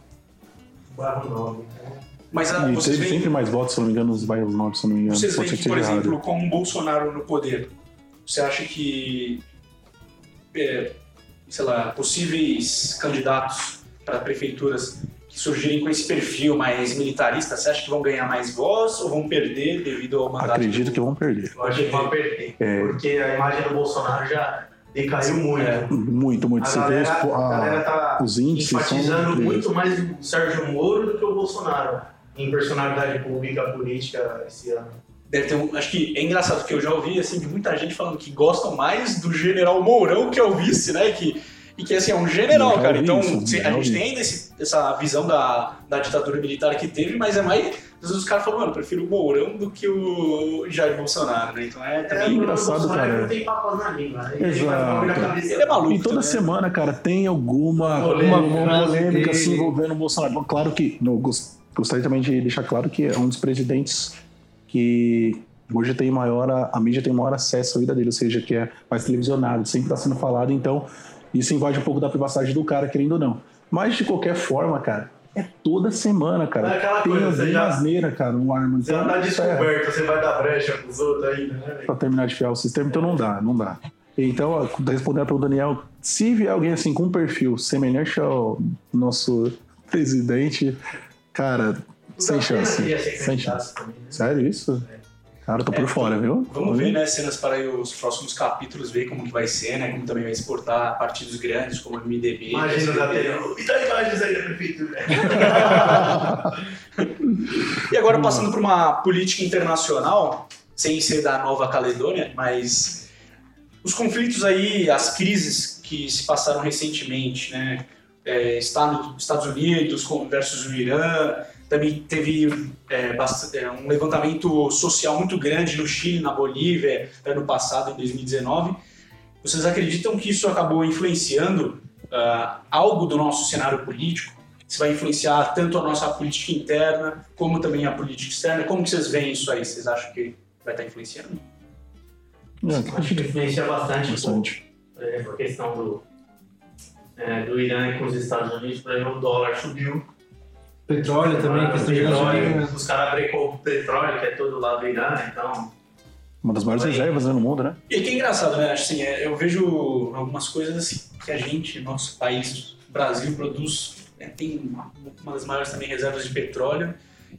[SPEAKER 8] bairro nobre. né?
[SPEAKER 1] Mas ah,
[SPEAKER 4] e
[SPEAKER 1] vocês
[SPEAKER 4] teve sempre
[SPEAKER 1] veem,
[SPEAKER 4] mais votos, se não me engano, nos bairros novos, se não me engano.
[SPEAKER 1] vocês veem
[SPEAKER 4] Pode ser
[SPEAKER 1] que,
[SPEAKER 4] que
[SPEAKER 1] por
[SPEAKER 4] esteja errado.
[SPEAKER 1] exemplo, com o Bolsonaro no poder, você acha que. é, sei lá, possíveis candidatos para prefeituras que surgirem com esse perfil mais militarista, você acha que vão ganhar mais voz ou vão perder devido ao mandato?
[SPEAKER 4] Acredito
[SPEAKER 1] do-
[SPEAKER 4] que vão perder.
[SPEAKER 8] Eu acho que vai perder,
[SPEAKER 4] É.
[SPEAKER 8] porque a imagem do Bolsonaro já decaiu muito.
[SPEAKER 1] É.
[SPEAKER 4] Muito, muito.
[SPEAKER 8] A
[SPEAKER 4] Você vê os,
[SPEAKER 8] galera, a
[SPEAKER 4] a-
[SPEAKER 8] galera tá
[SPEAKER 4] os índices são.
[SPEAKER 8] enfatizando
[SPEAKER 4] incríveis.
[SPEAKER 8] muito mais o Sérgio Moro do que o Bolsonaro em personalidade pública política esse ano.
[SPEAKER 1] Deve ter um, acho que é engraçado que eu já ouvi assim de muita gente falando que gostam mais do General Mourão que é o vice, né? E que e que assim é um general,
[SPEAKER 4] Já
[SPEAKER 1] cara.
[SPEAKER 4] ouvi
[SPEAKER 1] Então
[SPEAKER 4] isso, é
[SPEAKER 1] se-
[SPEAKER 4] já
[SPEAKER 1] a gente
[SPEAKER 4] ouvi.
[SPEAKER 1] tem ainda esse- essa visão da, da ditadura militar que teve, mas é mais às vezes os caras falam, mano, eu prefiro o Mourão do que o Jair Bolsonaro, né? Então é também
[SPEAKER 4] engraçado,
[SPEAKER 8] o Bolsonaro
[SPEAKER 4] cara.
[SPEAKER 8] Não tem papas na língua. né? Ele
[SPEAKER 4] Exato.
[SPEAKER 8] vai ficar olhando a cabeça.
[SPEAKER 1] ele é maluco.
[SPEAKER 4] E toda
[SPEAKER 1] né?
[SPEAKER 4] semana, cara, tem alguma
[SPEAKER 8] Polêmica, né?
[SPEAKER 4] alguma
[SPEAKER 3] frase
[SPEAKER 4] polêmica
[SPEAKER 3] dele.
[SPEAKER 4] assim, envolvendo o Bolsonaro. Bom, claro que. não, gos- gostaria também de deixar claro que é um dos presidentes que hoje tem maior. A, a mídia tem maior acesso à vida dele, ou seja, que é mais televisionado, sempre está sendo falado, então isso invade um pouco da privacidade do cara, querendo ou não. Mas de qualquer forma, cara, é toda semana,
[SPEAKER 8] Mas é
[SPEAKER 4] cara.
[SPEAKER 8] aquela
[SPEAKER 4] Tem
[SPEAKER 8] coisa,
[SPEAKER 4] alguma
[SPEAKER 8] você já-
[SPEAKER 4] asneira, cara, um arma.
[SPEAKER 8] Você não
[SPEAKER 4] Então,
[SPEAKER 8] tá
[SPEAKER 4] isso é-
[SPEAKER 8] descoberto, você vai dar brecha pros outros ainda, né? velho?
[SPEAKER 4] para terminar de fiar o sistema, então não dá, não dá. Então, ó, respondendo para o Daniel, se vier alguém assim com um perfil semelhante ao nosso presidente, cara,
[SPEAKER 8] Os
[SPEAKER 4] sem
[SPEAKER 8] apenas
[SPEAKER 4] chance.
[SPEAKER 8] queria ser
[SPEAKER 4] Sem
[SPEAKER 8] candidato
[SPEAKER 4] chance.
[SPEAKER 8] também, né?
[SPEAKER 4] Sério isso? Cara, eu tô por fora, viu?
[SPEAKER 1] É, Vamos ver, né, cenas para aí os próximos capítulos, ver como que vai ser, né, como também vai exportar partidos grandes como o MDB.
[SPEAKER 8] Imagina
[SPEAKER 1] PSDB.
[SPEAKER 8] da TV. Me dá imagens aí né? da prefeitura.
[SPEAKER 1] E agora passando para uma política internacional, sem ser da Nova Caledônia, mas os conflitos aí, as crises que se passaram recentemente, né? é, Estado, Estados Unidos versus o Irã, também teve é, bast- é, um levantamento social muito grande no Chile, na Bolívia, ano passado, em 2019. Vocês acreditam que isso acabou influenciando ah, algo do nosso cenário político? Isso vai influenciar tanto a nossa política interna, como também a política externa? Como que vocês veem isso aí? Vocês acham que vai estar influenciando?
[SPEAKER 4] É,
[SPEAKER 8] Acho que influencia bastante,
[SPEAKER 4] bastante.
[SPEAKER 8] Pô, por exemplo, a questão do, é, do Irã com os Estados Unidos, por exemplo, o dólar subiu.
[SPEAKER 3] Petróleo também,
[SPEAKER 8] Ah,
[SPEAKER 3] questão de
[SPEAKER 8] petróleo,
[SPEAKER 3] gasolina.
[SPEAKER 8] Os caras brecou o petróleo, que é todo lá do Irã, então.
[SPEAKER 4] Uma das maiores
[SPEAKER 8] Oi.
[SPEAKER 4] reservas né, no mundo, né?
[SPEAKER 1] E que é engraçado, né? Assim, é, eu vejo algumas coisas assim, que a gente, nosso país, Brasil, produz, né, tem uma, uma das maiores também reservas de petróleo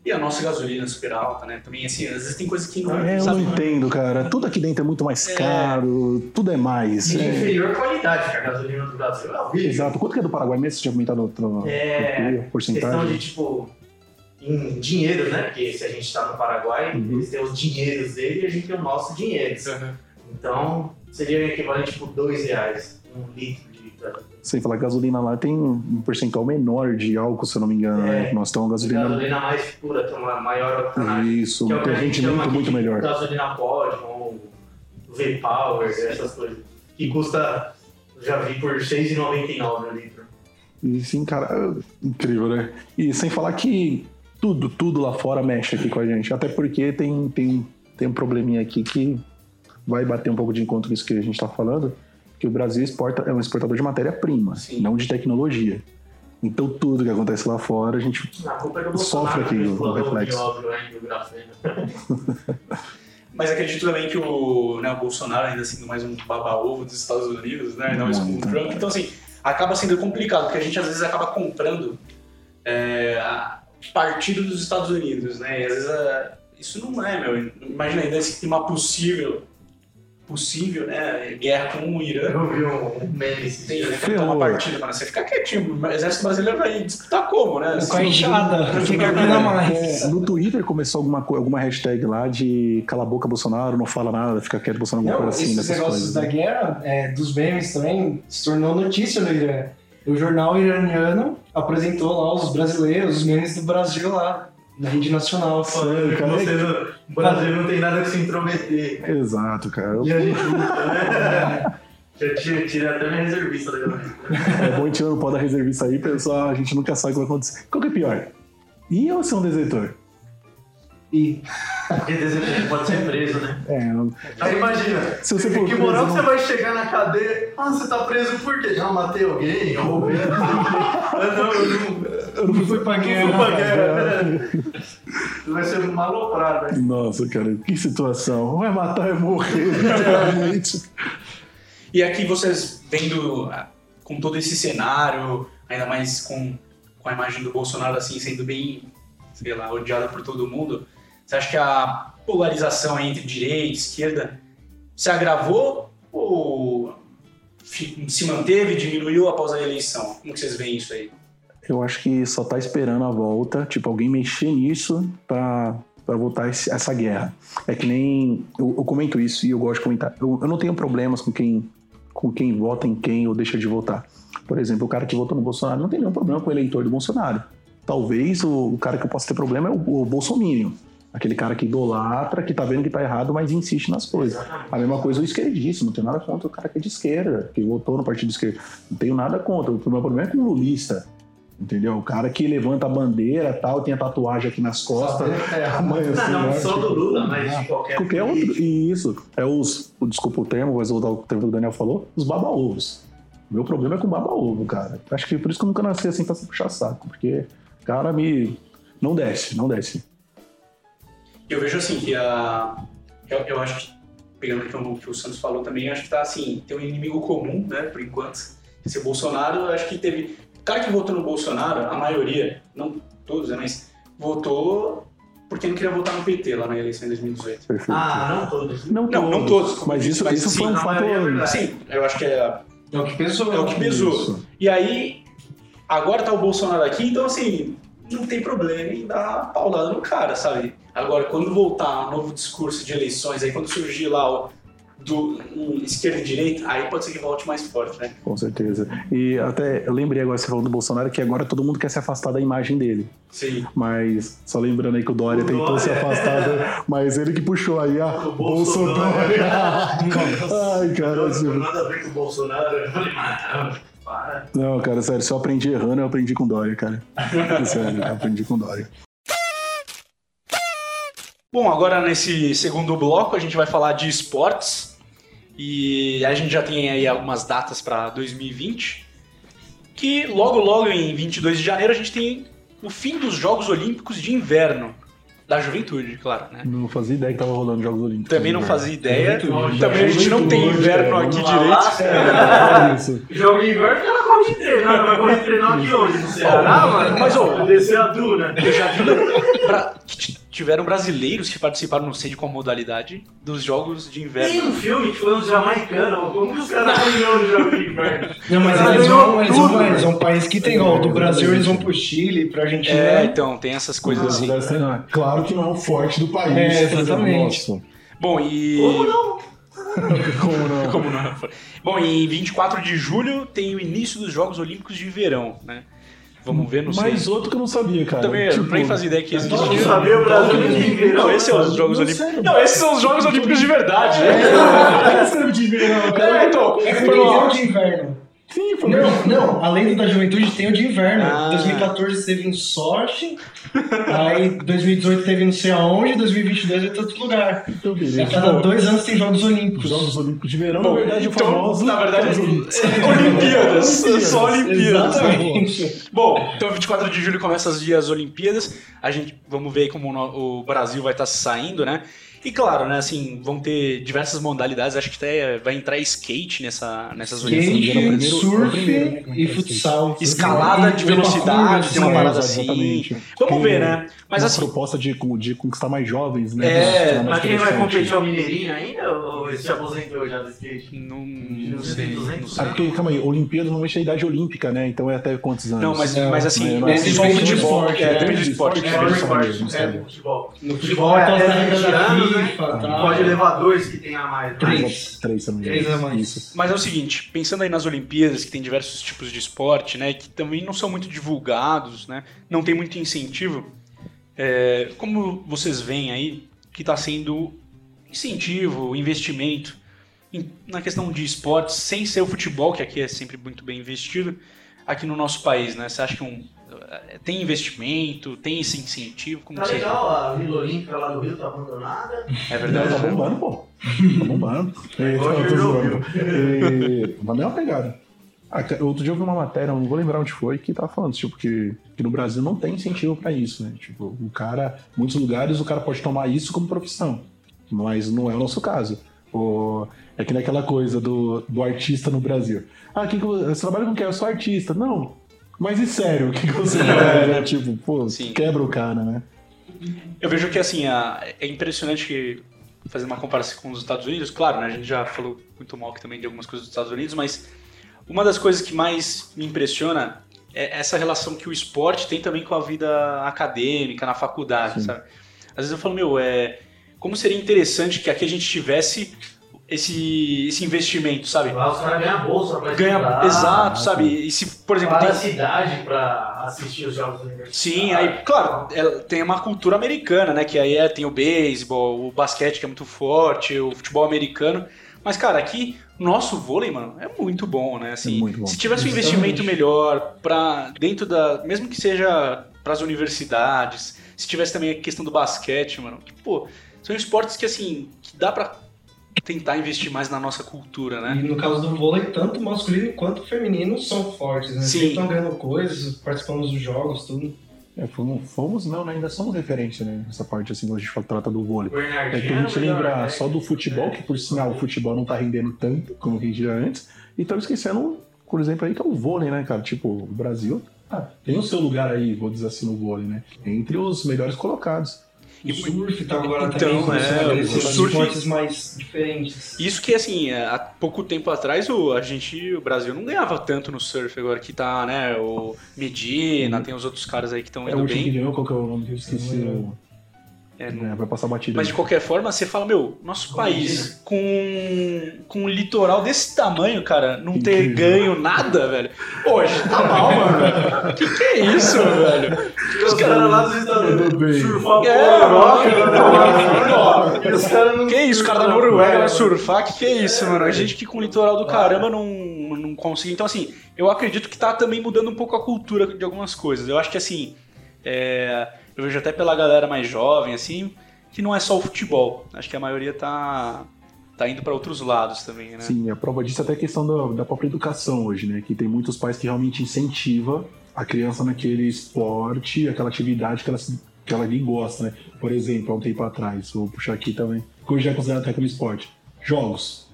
[SPEAKER 1] e a nossa gasolina é super alta, né? Também, assim, às vezes tem coisas que não,
[SPEAKER 4] É, eu não
[SPEAKER 1] sabe, né?
[SPEAKER 4] entendo, cara. Tudo aqui dentro é muito mais
[SPEAKER 1] É.
[SPEAKER 4] caro, tudo é mais.
[SPEAKER 8] De
[SPEAKER 4] É.
[SPEAKER 8] inferior qualidade, que a gasolina do Brasil é horrível.
[SPEAKER 4] Exato. Quanto que é do Paraguai mesmo? Você tinha comentado outra
[SPEAKER 8] É, questão
[SPEAKER 4] porcentagem?
[SPEAKER 8] de tipo em dinheiro, né? Porque se a gente está no Paraguai,
[SPEAKER 4] Uhum.
[SPEAKER 8] eles têm os dinheiros dele e a gente tem o nosso dinheiro.
[SPEAKER 1] Uhum.
[SPEAKER 8] Então seria equivalente tipo dois reais um litro de gasolina.
[SPEAKER 4] Sem falar que gasolina lá tem um percentual menor de álcool, se eu não me engano.
[SPEAKER 8] É.
[SPEAKER 4] né? Nós temos gasolina.
[SPEAKER 8] gasolina mais pura, tem uma maior octanagem.
[SPEAKER 4] Isso,
[SPEAKER 8] que é o que
[SPEAKER 4] tem
[SPEAKER 8] a gente
[SPEAKER 4] gente
[SPEAKER 8] chama
[SPEAKER 4] muito,
[SPEAKER 8] aqui
[SPEAKER 4] muito
[SPEAKER 8] de tá-
[SPEAKER 4] melhor.
[SPEAKER 8] Gasolina Podium, ou V-Power, essas coisas. Que custa, já vi, por R$ 6,99 o litro.
[SPEAKER 4] E sim, cara, é incrível, né? E sem falar que tudo, tudo lá fora mexe aqui com a gente. Até porque tem, tem, tem um probleminha aqui que vai bater um pouco de encontro nisso que a gente tá falando, que o Brasil exporta, é um exportador de matéria-prima,
[SPEAKER 1] Sim.
[SPEAKER 4] não de tecnologia. Então tudo que acontece lá fora, a gente
[SPEAKER 8] Na culpa é do
[SPEAKER 4] Sofre
[SPEAKER 8] Bolsonaro,
[SPEAKER 4] aqui
[SPEAKER 8] que um
[SPEAKER 4] o
[SPEAKER 8] explorou o
[SPEAKER 4] reflexo.
[SPEAKER 8] nióbio aí do grafeno.
[SPEAKER 1] Mas acredito também que o, né, o Bolsonaro ainda sendo mais um baba-ovo dos Estados Unidos, né? Ainda mais com o
[SPEAKER 4] Muito.
[SPEAKER 1] Trump. Então, assim, acaba sendo complicado, porque a gente às vezes acaba comprando é, a- partido dos Estados Unidos, né? E às vezes a- isso não é, meu. Imagina ainda esse clima possível, possível, né? Guerra com o Irã.
[SPEAKER 8] Eu vi um meme esses
[SPEAKER 1] Tem,
[SPEAKER 8] dias.
[SPEAKER 1] né?
[SPEAKER 4] Ferrou.
[SPEAKER 1] Toma partido, mano. Você fica quietinho. O exército brasileiro vai disputar como, né?
[SPEAKER 3] Com a
[SPEAKER 1] Assim,
[SPEAKER 3] enxada,
[SPEAKER 1] Porque
[SPEAKER 3] porque
[SPEAKER 1] quer
[SPEAKER 3] ganha mais.
[SPEAKER 4] É, no Twitter começou alguma, co- alguma hashtag lá de cala a boca Bolsonaro, não fala nada, fica quieto Bolsonaro, alguma
[SPEAKER 3] Não,
[SPEAKER 4] coisa assim,
[SPEAKER 3] esses
[SPEAKER 4] dessas
[SPEAKER 3] negócios
[SPEAKER 4] coisas.
[SPEAKER 3] da
[SPEAKER 4] né?
[SPEAKER 3] guerra, é, dos memes também, se tornou notícia no Irã. O jornal iraniano apresentou lá os brasileiros, os memes do Brasil lá, na rede nacional.
[SPEAKER 8] Falando que
[SPEAKER 4] cara. é
[SPEAKER 8] você não- o Brasil não tem nada que se intrometer.
[SPEAKER 4] né? Exato, cara.
[SPEAKER 8] E a gente luta, né? Já tirei, tirei até minha reservista da galera.
[SPEAKER 4] É bom ir tirando o pó da reservista aí, pessoal, a gente nunca sabe o que vai acontecer. Qual que é pior? E eu ser um desertor?
[SPEAKER 3] E
[SPEAKER 8] Porque desejo pode ser preso, né?
[SPEAKER 4] É,
[SPEAKER 8] Aí imagina,
[SPEAKER 4] Se você for
[SPEAKER 8] que
[SPEAKER 4] preso,
[SPEAKER 8] moral que
[SPEAKER 4] não-
[SPEAKER 8] você vai chegar na cadeia? Ah, você tá preso por quê? Já matei alguém? Eu
[SPEAKER 4] [LAUGHS]
[SPEAKER 8] roubei, não sei o quê. Ah, não, eu não.
[SPEAKER 4] eu não fui
[SPEAKER 3] pra
[SPEAKER 8] Eu não paguei. Vai ser maloprado, né?
[SPEAKER 4] Nossa, cara, que situação. Vai matar e morrer, [LAUGHS] literalmente.
[SPEAKER 1] E aqui vocês vendo ah, com todo esse cenário, ainda mais com, com a imagem do Bolsonaro assim sendo bem, sei lá, odiada por todo mundo, você acha que a polarização aí entre direita e esquerda se agravou ou fi- se manteve, diminuiu após a eleição? Como que vocês veem isso aí?
[SPEAKER 4] Eu acho que só tá esperando a volta, tipo, alguém mexer nisso pra, pra voltar esse- essa guerra. É que nem. Eu, eu comento isso e eu gosto de comentar. Eu, eu não tenho problemas com quem, com quem vota em quem ou deixa de votar. Por exemplo, o cara que votou no Bolsonaro não tem nenhum problema com o eleitor do Bolsonaro. Talvez o, o cara que eu possa ter problema é o, o Bolsominion. Aquele cara que idolatra, que tá vendo que tá errado, mas insiste nas coisas. A mesma coisa o esquerdista, não tenho nada contra o cara que é de esquerda, que votou no partido de esquerda. Não tenho nada contra. O meu problema é com o lulista. Entendeu? O cara que levanta a bandeira tal, tem a tatuagem aqui nas costas. Amanhã,
[SPEAKER 8] Não, não
[SPEAKER 4] senhora,
[SPEAKER 8] só do
[SPEAKER 4] tipo,
[SPEAKER 8] Lula, mas de qualquer,
[SPEAKER 4] Qualquer um.
[SPEAKER 8] político.
[SPEAKER 4] outro. E isso. É os. o- Desculpa o termo, mas vou usar o termo que o Daniel falou: os baba-ovos. Meu problema é com baba-ovo, cara. Acho que por isso que eu nunca nasci assim pra se puxar saco. Porque, cara, me. Não desce, não desce.
[SPEAKER 1] Eu vejo assim que a. Eu, eu acho que, pegando o que o, que o Santos falou também, eu acho que tá assim, tem um inimigo comum, né, por enquanto. Esse Bolsonaro, eu acho que teve. O cara que votou no Bolsonaro, a maioria, não todos, né, mas votou porque não queria votar no PT lá na eleição de 2018.
[SPEAKER 4] Perfeito.
[SPEAKER 8] Ah, não todos.
[SPEAKER 1] Não, não todos.
[SPEAKER 4] Mas isso,
[SPEAKER 1] Mas
[SPEAKER 4] isso
[SPEAKER 1] sim,
[SPEAKER 4] foi um
[SPEAKER 8] na
[SPEAKER 4] fato.
[SPEAKER 8] maioria é verdade.
[SPEAKER 1] Sim, eu acho que é,
[SPEAKER 3] é o que pensou.
[SPEAKER 1] é o que pesou.
[SPEAKER 4] Isso.
[SPEAKER 1] E aí, agora tá o Bolsonaro aqui, então assim, não tem problema em dar uma paulada no cara, sabe? Agora, quando voltar um novo discurso de eleições, aí quando surgir lá o do um, esquerda e direita, aí pode ser que volte mais forte, né?
[SPEAKER 4] Com certeza. E até eu lembrei agora, você falou do Bolsonaro, que agora todo mundo quer se afastar da imagem dele.
[SPEAKER 1] Sim.
[SPEAKER 4] Mas, só lembrando aí que o Dória
[SPEAKER 8] O
[SPEAKER 4] tentou
[SPEAKER 8] Dória.
[SPEAKER 4] se afastar, né? mas ele que puxou aí a
[SPEAKER 8] O Bolsonaro.
[SPEAKER 4] Bolsonaro. [LAUGHS] Ai, cara,
[SPEAKER 8] Não, não
[SPEAKER 4] assim,
[SPEAKER 8] nada a ver com o Bolsonaro. Eu falei, mano, para.
[SPEAKER 4] não, cara, sério, se eu aprendi errando, eu aprendi com Dória, cara. É Sério, eu aprendi com Dória.
[SPEAKER 1] Bom, agora nesse segundo bloco a gente vai falar de esportes e a gente já tem aí algumas datas para 2020, que logo logo em 22 de janeiro a gente tem o fim dos Jogos Olímpicos de Inverno, da juventude, claro, né?
[SPEAKER 4] Não fazia ideia que tava rolando Jogos Olímpicos.
[SPEAKER 1] Também não fazia ideia,
[SPEAKER 4] Juventude,
[SPEAKER 1] também a gente não tem
[SPEAKER 4] juventude,
[SPEAKER 1] inverno
[SPEAKER 4] é,
[SPEAKER 1] aqui
[SPEAKER 8] vamos
[SPEAKER 1] direito.
[SPEAKER 4] É, isso.
[SPEAKER 8] Jogo em inverno, ela corre de treinar, ela corre de treinar aqui hoje no Ceará, mano.
[SPEAKER 1] mas, ô,
[SPEAKER 8] descer é a duna.
[SPEAKER 1] Eu já vi pra- que t- tiveram brasileiros que participaram, não sei de qual modalidade, dos Jogos de
[SPEAKER 8] Tem
[SPEAKER 1] Inverno.
[SPEAKER 8] um filme que foi um jamaicano, como que os caras ganham no jogo de inverno?
[SPEAKER 3] Não, mas
[SPEAKER 8] Cara,
[SPEAKER 3] eles
[SPEAKER 8] ganhou
[SPEAKER 3] vão, eles,
[SPEAKER 8] tudo,
[SPEAKER 3] vão,
[SPEAKER 8] velho.
[SPEAKER 3] eles vão um país que tem gol. Do Brasil eles vão pro Chile, pra Argentina.
[SPEAKER 4] né?
[SPEAKER 1] É, então, tem essas coisas
[SPEAKER 4] Não,
[SPEAKER 1] assim.
[SPEAKER 4] deve ser, não. Claro que não é o forte do país. um
[SPEAKER 3] É, exatamente.
[SPEAKER 4] Nossa,
[SPEAKER 1] Bom, e.
[SPEAKER 8] Como não?
[SPEAKER 4] como
[SPEAKER 1] [LAUGHS]
[SPEAKER 4] não?
[SPEAKER 1] Como não? Bom, em 24 de julho tem o início dos Jogos Olímpicos de Verão, né? Vamos ver, não sei.
[SPEAKER 4] Mais outro que eu não sabia, cara. Tipo,
[SPEAKER 1] Também eu nem
[SPEAKER 4] [LAUGHS]
[SPEAKER 1] fazia ideia que
[SPEAKER 8] Todo mundo
[SPEAKER 1] existia.
[SPEAKER 8] sabia o Brasil de inverno.
[SPEAKER 1] Não, esse é os Jogos
[SPEAKER 4] Não,
[SPEAKER 1] Olímpicos.
[SPEAKER 4] sério.
[SPEAKER 1] Não, esses são os Jogos Olímpicos de verdade, né? É, então,
[SPEAKER 3] É que
[SPEAKER 1] foi
[SPEAKER 3] tem o
[SPEAKER 1] uma-
[SPEAKER 3] de inverno.
[SPEAKER 4] Sim, foi
[SPEAKER 3] Não, não, além do da juventude tem o de inverno.
[SPEAKER 1] Ah.
[SPEAKER 3] 2014 teve em Sochi, aí 2018 teve não sei aonde, 2022 em outro lugar.
[SPEAKER 4] Então,
[SPEAKER 3] A
[SPEAKER 4] beleza.
[SPEAKER 3] cada dois anos tem Jogos
[SPEAKER 4] Os
[SPEAKER 3] Olímpicos.
[SPEAKER 4] Jogos Olímpicos de Verão,
[SPEAKER 1] Bom,
[SPEAKER 4] na verdade, o
[SPEAKER 1] então,
[SPEAKER 4] famoso.
[SPEAKER 1] na verdade,
[SPEAKER 4] Jogos Olímpicos.
[SPEAKER 1] Olimpíadas, só Olimpíadas.
[SPEAKER 3] Exatamente.
[SPEAKER 1] Bom, então 24 de julho começa as dias Olimpíadas. A gente vamos ver aí como o no- o Brasil vai estar se saindo, né? E claro, né, assim, vão ter diversas modalidades, acho que até vai entrar skate nessa, nessas Olimpíadas.
[SPEAKER 4] Sim, era o
[SPEAKER 3] Skate,
[SPEAKER 4] primeiro- era o primeiro,
[SPEAKER 3] surf
[SPEAKER 4] né?
[SPEAKER 3] e futsal.
[SPEAKER 1] Escalada de
[SPEAKER 3] E parkour,
[SPEAKER 1] velocidade, tem uma
[SPEAKER 3] assim,
[SPEAKER 1] parada
[SPEAKER 4] Exatamente.
[SPEAKER 1] Vamos
[SPEAKER 4] Porque
[SPEAKER 1] ver, né? é, Mas
[SPEAKER 4] uma
[SPEAKER 1] assim,
[SPEAKER 4] proposta de, de conquistar mais jovens, né?
[SPEAKER 1] É,
[SPEAKER 4] Pra- pra
[SPEAKER 8] Mas quem vai
[SPEAKER 4] interessante.
[SPEAKER 8] competir é o Mineirinho ainda ou esse se aposentou já do skate?
[SPEAKER 1] não, não sei, não
[SPEAKER 4] Ah,
[SPEAKER 1] sei.
[SPEAKER 4] porque, calma aí, Olimpíadas normalmente é a idade olímpica, né? Então é até quantos anos? É,
[SPEAKER 1] Não, mas,
[SPEAKER 3] Não,
[SPEAKER 1] mas assim,
[SPEAKER 4] não, não.
[SPEAKER 1] mas
[SPEAKER 4] Depende
[SPEAKER 1] só
[SPEAKER 4] do
[SPEAKER 1] futebol,
[SPEAKER 3] esporte,
[SPEAKER 1] é,
[SPEAKER 3] né?
[SPEAKER 1] depende do esporte.
[SPEAKER 4] É,
[SPEAKER 8] É, é,
[SPEAKER 4] não sabia,
[SPEAKER 8] esporte,
[SPEAKER 4] não
[SPEAKER 8] é,
[SPEAKER 4] sabia.
[SPEAKER 8] futebol.
[SPEAKER 3] No
[SPEAKER 8] Futebol
[SPEAKER 3] futebol
[SPEAKER 8] é
[SPEAKER 3] é
[SPEAKER 8] até
[SPEAKER 3] a
[SPEAKER 8] 20 anos, né? Pode
[SPEAKER 3] né?
[SPEAKER 8] levar dois que tem a mais. né?
[SPEAKER 3] Três.
[SPEAKER 4] Três né, também.
[SPEAKER 3] Três a mais.
[SPEAKER 4] Isso.
[SPEAKER 1] Mas é o seguinte, pensando aí nas Olimpíadas, que tem diversos tipos de esporte, né, que também não são muito divulgados, né, não tem muito incentivo, é, como vocês veem aí que está sendo incentivo, investimento em- na questão de esportes, sem ser o futebol, que aqui é sempre muito bem investido, aqui no nosso país, né? Você acha que um- tem investimento, tem esse incentivo? Como
[SPEAKER 8] Tá
[SPEAKER 1] vocês veem?
[SPEAKER 8] legal, a Vila
[SPEAKER 9] é
[SPEAKER 8] Olímpica lá do Rio tá abandonada.
[SPEAKER 1] É
[SPEAKER 4] Não,
[SPEAKER 1] verdade,
[SPEAKER 4] tá
[SPEAKER 1] né?
[SPEAKER 4] bombando, pô. Tá bombando. É,
[SPEAKER 8] Igual
[SPEAKER 4] tô-
[SPEAKER 8] o
[SPEAKER 4] tô
[SPEAKER 8] Chernobyl.
[SPEAKER 4] zoando. É, mas mesma pegada. Ah, ca- Outro dia eu vi uma matéria, não vou lembrar onde foi, que tava falando, tipo, que, que no Brasil não tem incentivo pra isso, né? Tipo, o cara, em muitos lugares o cara pode tomar isso como profissão, mas não é o nosso caso. O- é que naquela coisa do, do artista no Brasil. Ah, que que vo- você trabalha com quem? Eu sou artista. Não, mas e sério, o que, que você faz? né? Tipo, pô,
[SPEAKER 1] Sim.
[SPEAKER 4] quebra o cara, né?
[SPEAKER 1] Eu vejo que assim, a- é impressionante que fazendo uma comparação com os Estados Unidos, claro, né, a gente já falou muito mal aqui também de algumas coisas dos Estados Unidos, mas uma das coisas que mais me impressiona é essa relação que o esporte tem também com a vida acadêmica, na faculdade,
[SPEAKER 4] Sim.
[SPEAKER 1] sabe? Às vezes eu falo, meu, é como seria interessante que aqui a gente tivesse esse, esse investimento, sabe?
[SPEAKER 8] Lá os caras ganham bolsa pra
[SPEAKER 1] Ganha,
[SPEAKER 8] estudar.
[SPEAKER 1] exato, sabe? E se, por exemplo,
[SPEAKER 8] Para
[SPEAKER 1] tem,
[SPEAKER 8] a cidade pra assistir os jogos universitários.
[SPEAKER 1] Sim, aí, claro, ela tem uma cultura americana, né? Que aí é, tem o beisebol, o basquete que é muito forte, o futebol americano. Mas, cara, aqui, nosso vôlei, mano, é muito bom, né? Assim,
[SPEAKER 4] É muito bom.
[SPEAKER 1] Se tivesse um
[SPEAKER 3] Exatamente.
[SPEAKER 1] investimento melhor para dentro da. Mesmo que seja para as universidades, se tivesse também a questão do basquete, mano, que, pô, são esportes que, assim, que dá pra tentar investir mais na nossa cultura, né?
[SPEAKER 3] E no caso do vôlei, tanto masculino quanto feminino são fortes, né?
[SPEAKER 1] Sim.
[SPEAKER 3] Sempre estão ganhando coisas, participando dos jogos, tudo.
[SPEAKER 4] É, fomos, fomos não, né? Ainda somos referência, né? Nessa parte, assim, quando a gente fala- trata do vôlei. É que a gente
[SPEAKER 1] né?
[SPEAKER 9] né?
[SPEAKER 4] lembra só do futebol, que por sinal o futebol não tá rendendo tanto como rendia antes. E tava esquecendo, por exemplo, aí que é o vôlei, né, cara? Tipo, o Brasil ah, tem o seu lugar aí, vou dizer assim, no vôlei, né? Entre os melhores colocados.
[SPEAKER 3] O surf tá agora
[SPEAKER 1] Então,
[SPEAKER 3] também.
[SPEAKER 1] é,
[SPEAKER 3] começando a crescer,
[SPEAKER 1] o
[SPEAKER 3] os
[SPEAKER 1] surf-
[SPEAKER 3] esportes mais diferentes.
[SPEAKER 1] Isso que, assim, há pouco tempo atrás o, a gente, o Brasil não ganhava tanto no surf, agora que tá, né, o Medina, tem os outros caras aí que estão
[SPEAKER 4] É o
[SPEAKER 1] indo
[SPEAKER 4] último que
[SPEAKER 1] bem.
[SPEAKER 4] ganhou, qual que é o nome que eu esqueci?
[SPEAKER 3] Eu
[SPEAKER 4] O-
[SPEAKER 1] É, não-
[SPEAKER 4] É, vai passar batida.
[SPEAKER 1] Mas tipo, de qualquer forma, você fala, meu, nosso
[SPEAKER 4] é?
[SPEAKER 1] país com, com um litoral desse tamanho, cara, não ter
[SPEAKER 4] Incrível.
[SPEAKER 1] ganho nada, velho. Hoje tá mal,
[SPEAKER 4] [LAUGHS]
[SPEAKER 1] mano. Que que é isso, velho?
[SPEAKER 8] Os caras lá dos Estados
[SPEAKER 4] Tudo bem.
[SPEAKER 8] Unidos surfar
[SPEAKER 1] É,
[SPEAKER 8] pra Europa,
[SPEAKER 1] mano.
[SPEAKER 8] né? Ó, Os caras não
[SPEAKER 1] Que isso, o cara da Noruega vai surfar? Que que é isso, mano? A gente que com o litoral do caramba não, não consegue. Então, assim, eu acredito que tá também mudando um pouco a cultura de algumas coisas. Eu acho que, assim, é, eu vejo até pela galera mais jovem, assim, que não é só o futebol. Acho que a maioria tá, tá indo pra outros lados também, né?
[SPEAKER 4] Sim, a prova disso é até a questão da, da própria educação hoje, né? Que tem muitos pais que realmente incentiva a criança naquele esporte, aquela atividade que ela, se- que ela nem gosta, né? Por exemplo, há um tempo atrás, vou puxar aqui também, que hoje já é considerado até como esporte. Jogos.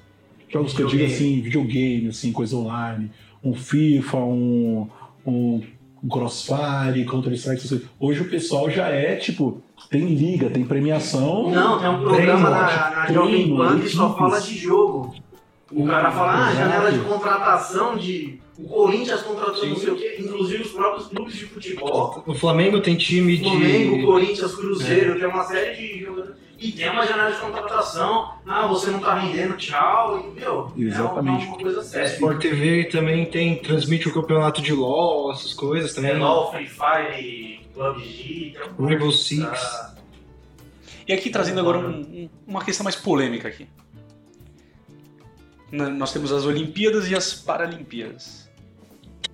[SPEAKER 4] Jogos que eu digo
[SPEAKER 8] Videogame.
[SPEAKER 4] assim, videogame, assim, coisa online, um FIFA, um, um Crossfire, Counter-Strike, essas coisas. hoje o pessoal já é, tipo, tem liga, tem premiação.
[SPEAKER 9] Não, tem um programa na,
[SPEAKER 4] Brainwash,
[SPEAKER 9] na Jovem Pan que só
[SPEAKER 4] Brainwash.
[SPEAKER 9] fala de jogo. O cara fala, ah, janela de contratação de. O Corinthians contratou não sei o quê, inclusive os próprios clubes de futebol.
[SPEAKER 3] O Flamengo tem time de. É.
[SPEAKER 9] Flamengo, Corinthians, Cruzeiro, tem uma série de jogadores. E tem uma janela de contratação. Ah, você não tá rendendo, tchau. E, meu,
[SPEAKER 4] Exatamente.
[SPEAKER 9] é uma coisa séria.
[SPEAKER 3] Sport TV também tem, transmite o campeonato de LOL, essas coisas
[SPEAKER 8] É,
[SPEAKER 3] também.
[SPEAKER 9] Menor, Free Fire, PUBG, tem um
[SPEAKER 3] Rainbow
[SPEAKER 9] monte,
[SPEAKER 3] Six.
[SPEAKER 9] tá?
[SPEAKER 1] E aqui trazendo agora um- um- uma questão mais polêmica aqui. N- Nós temos as Olimpíadas e as Paralimpíadas.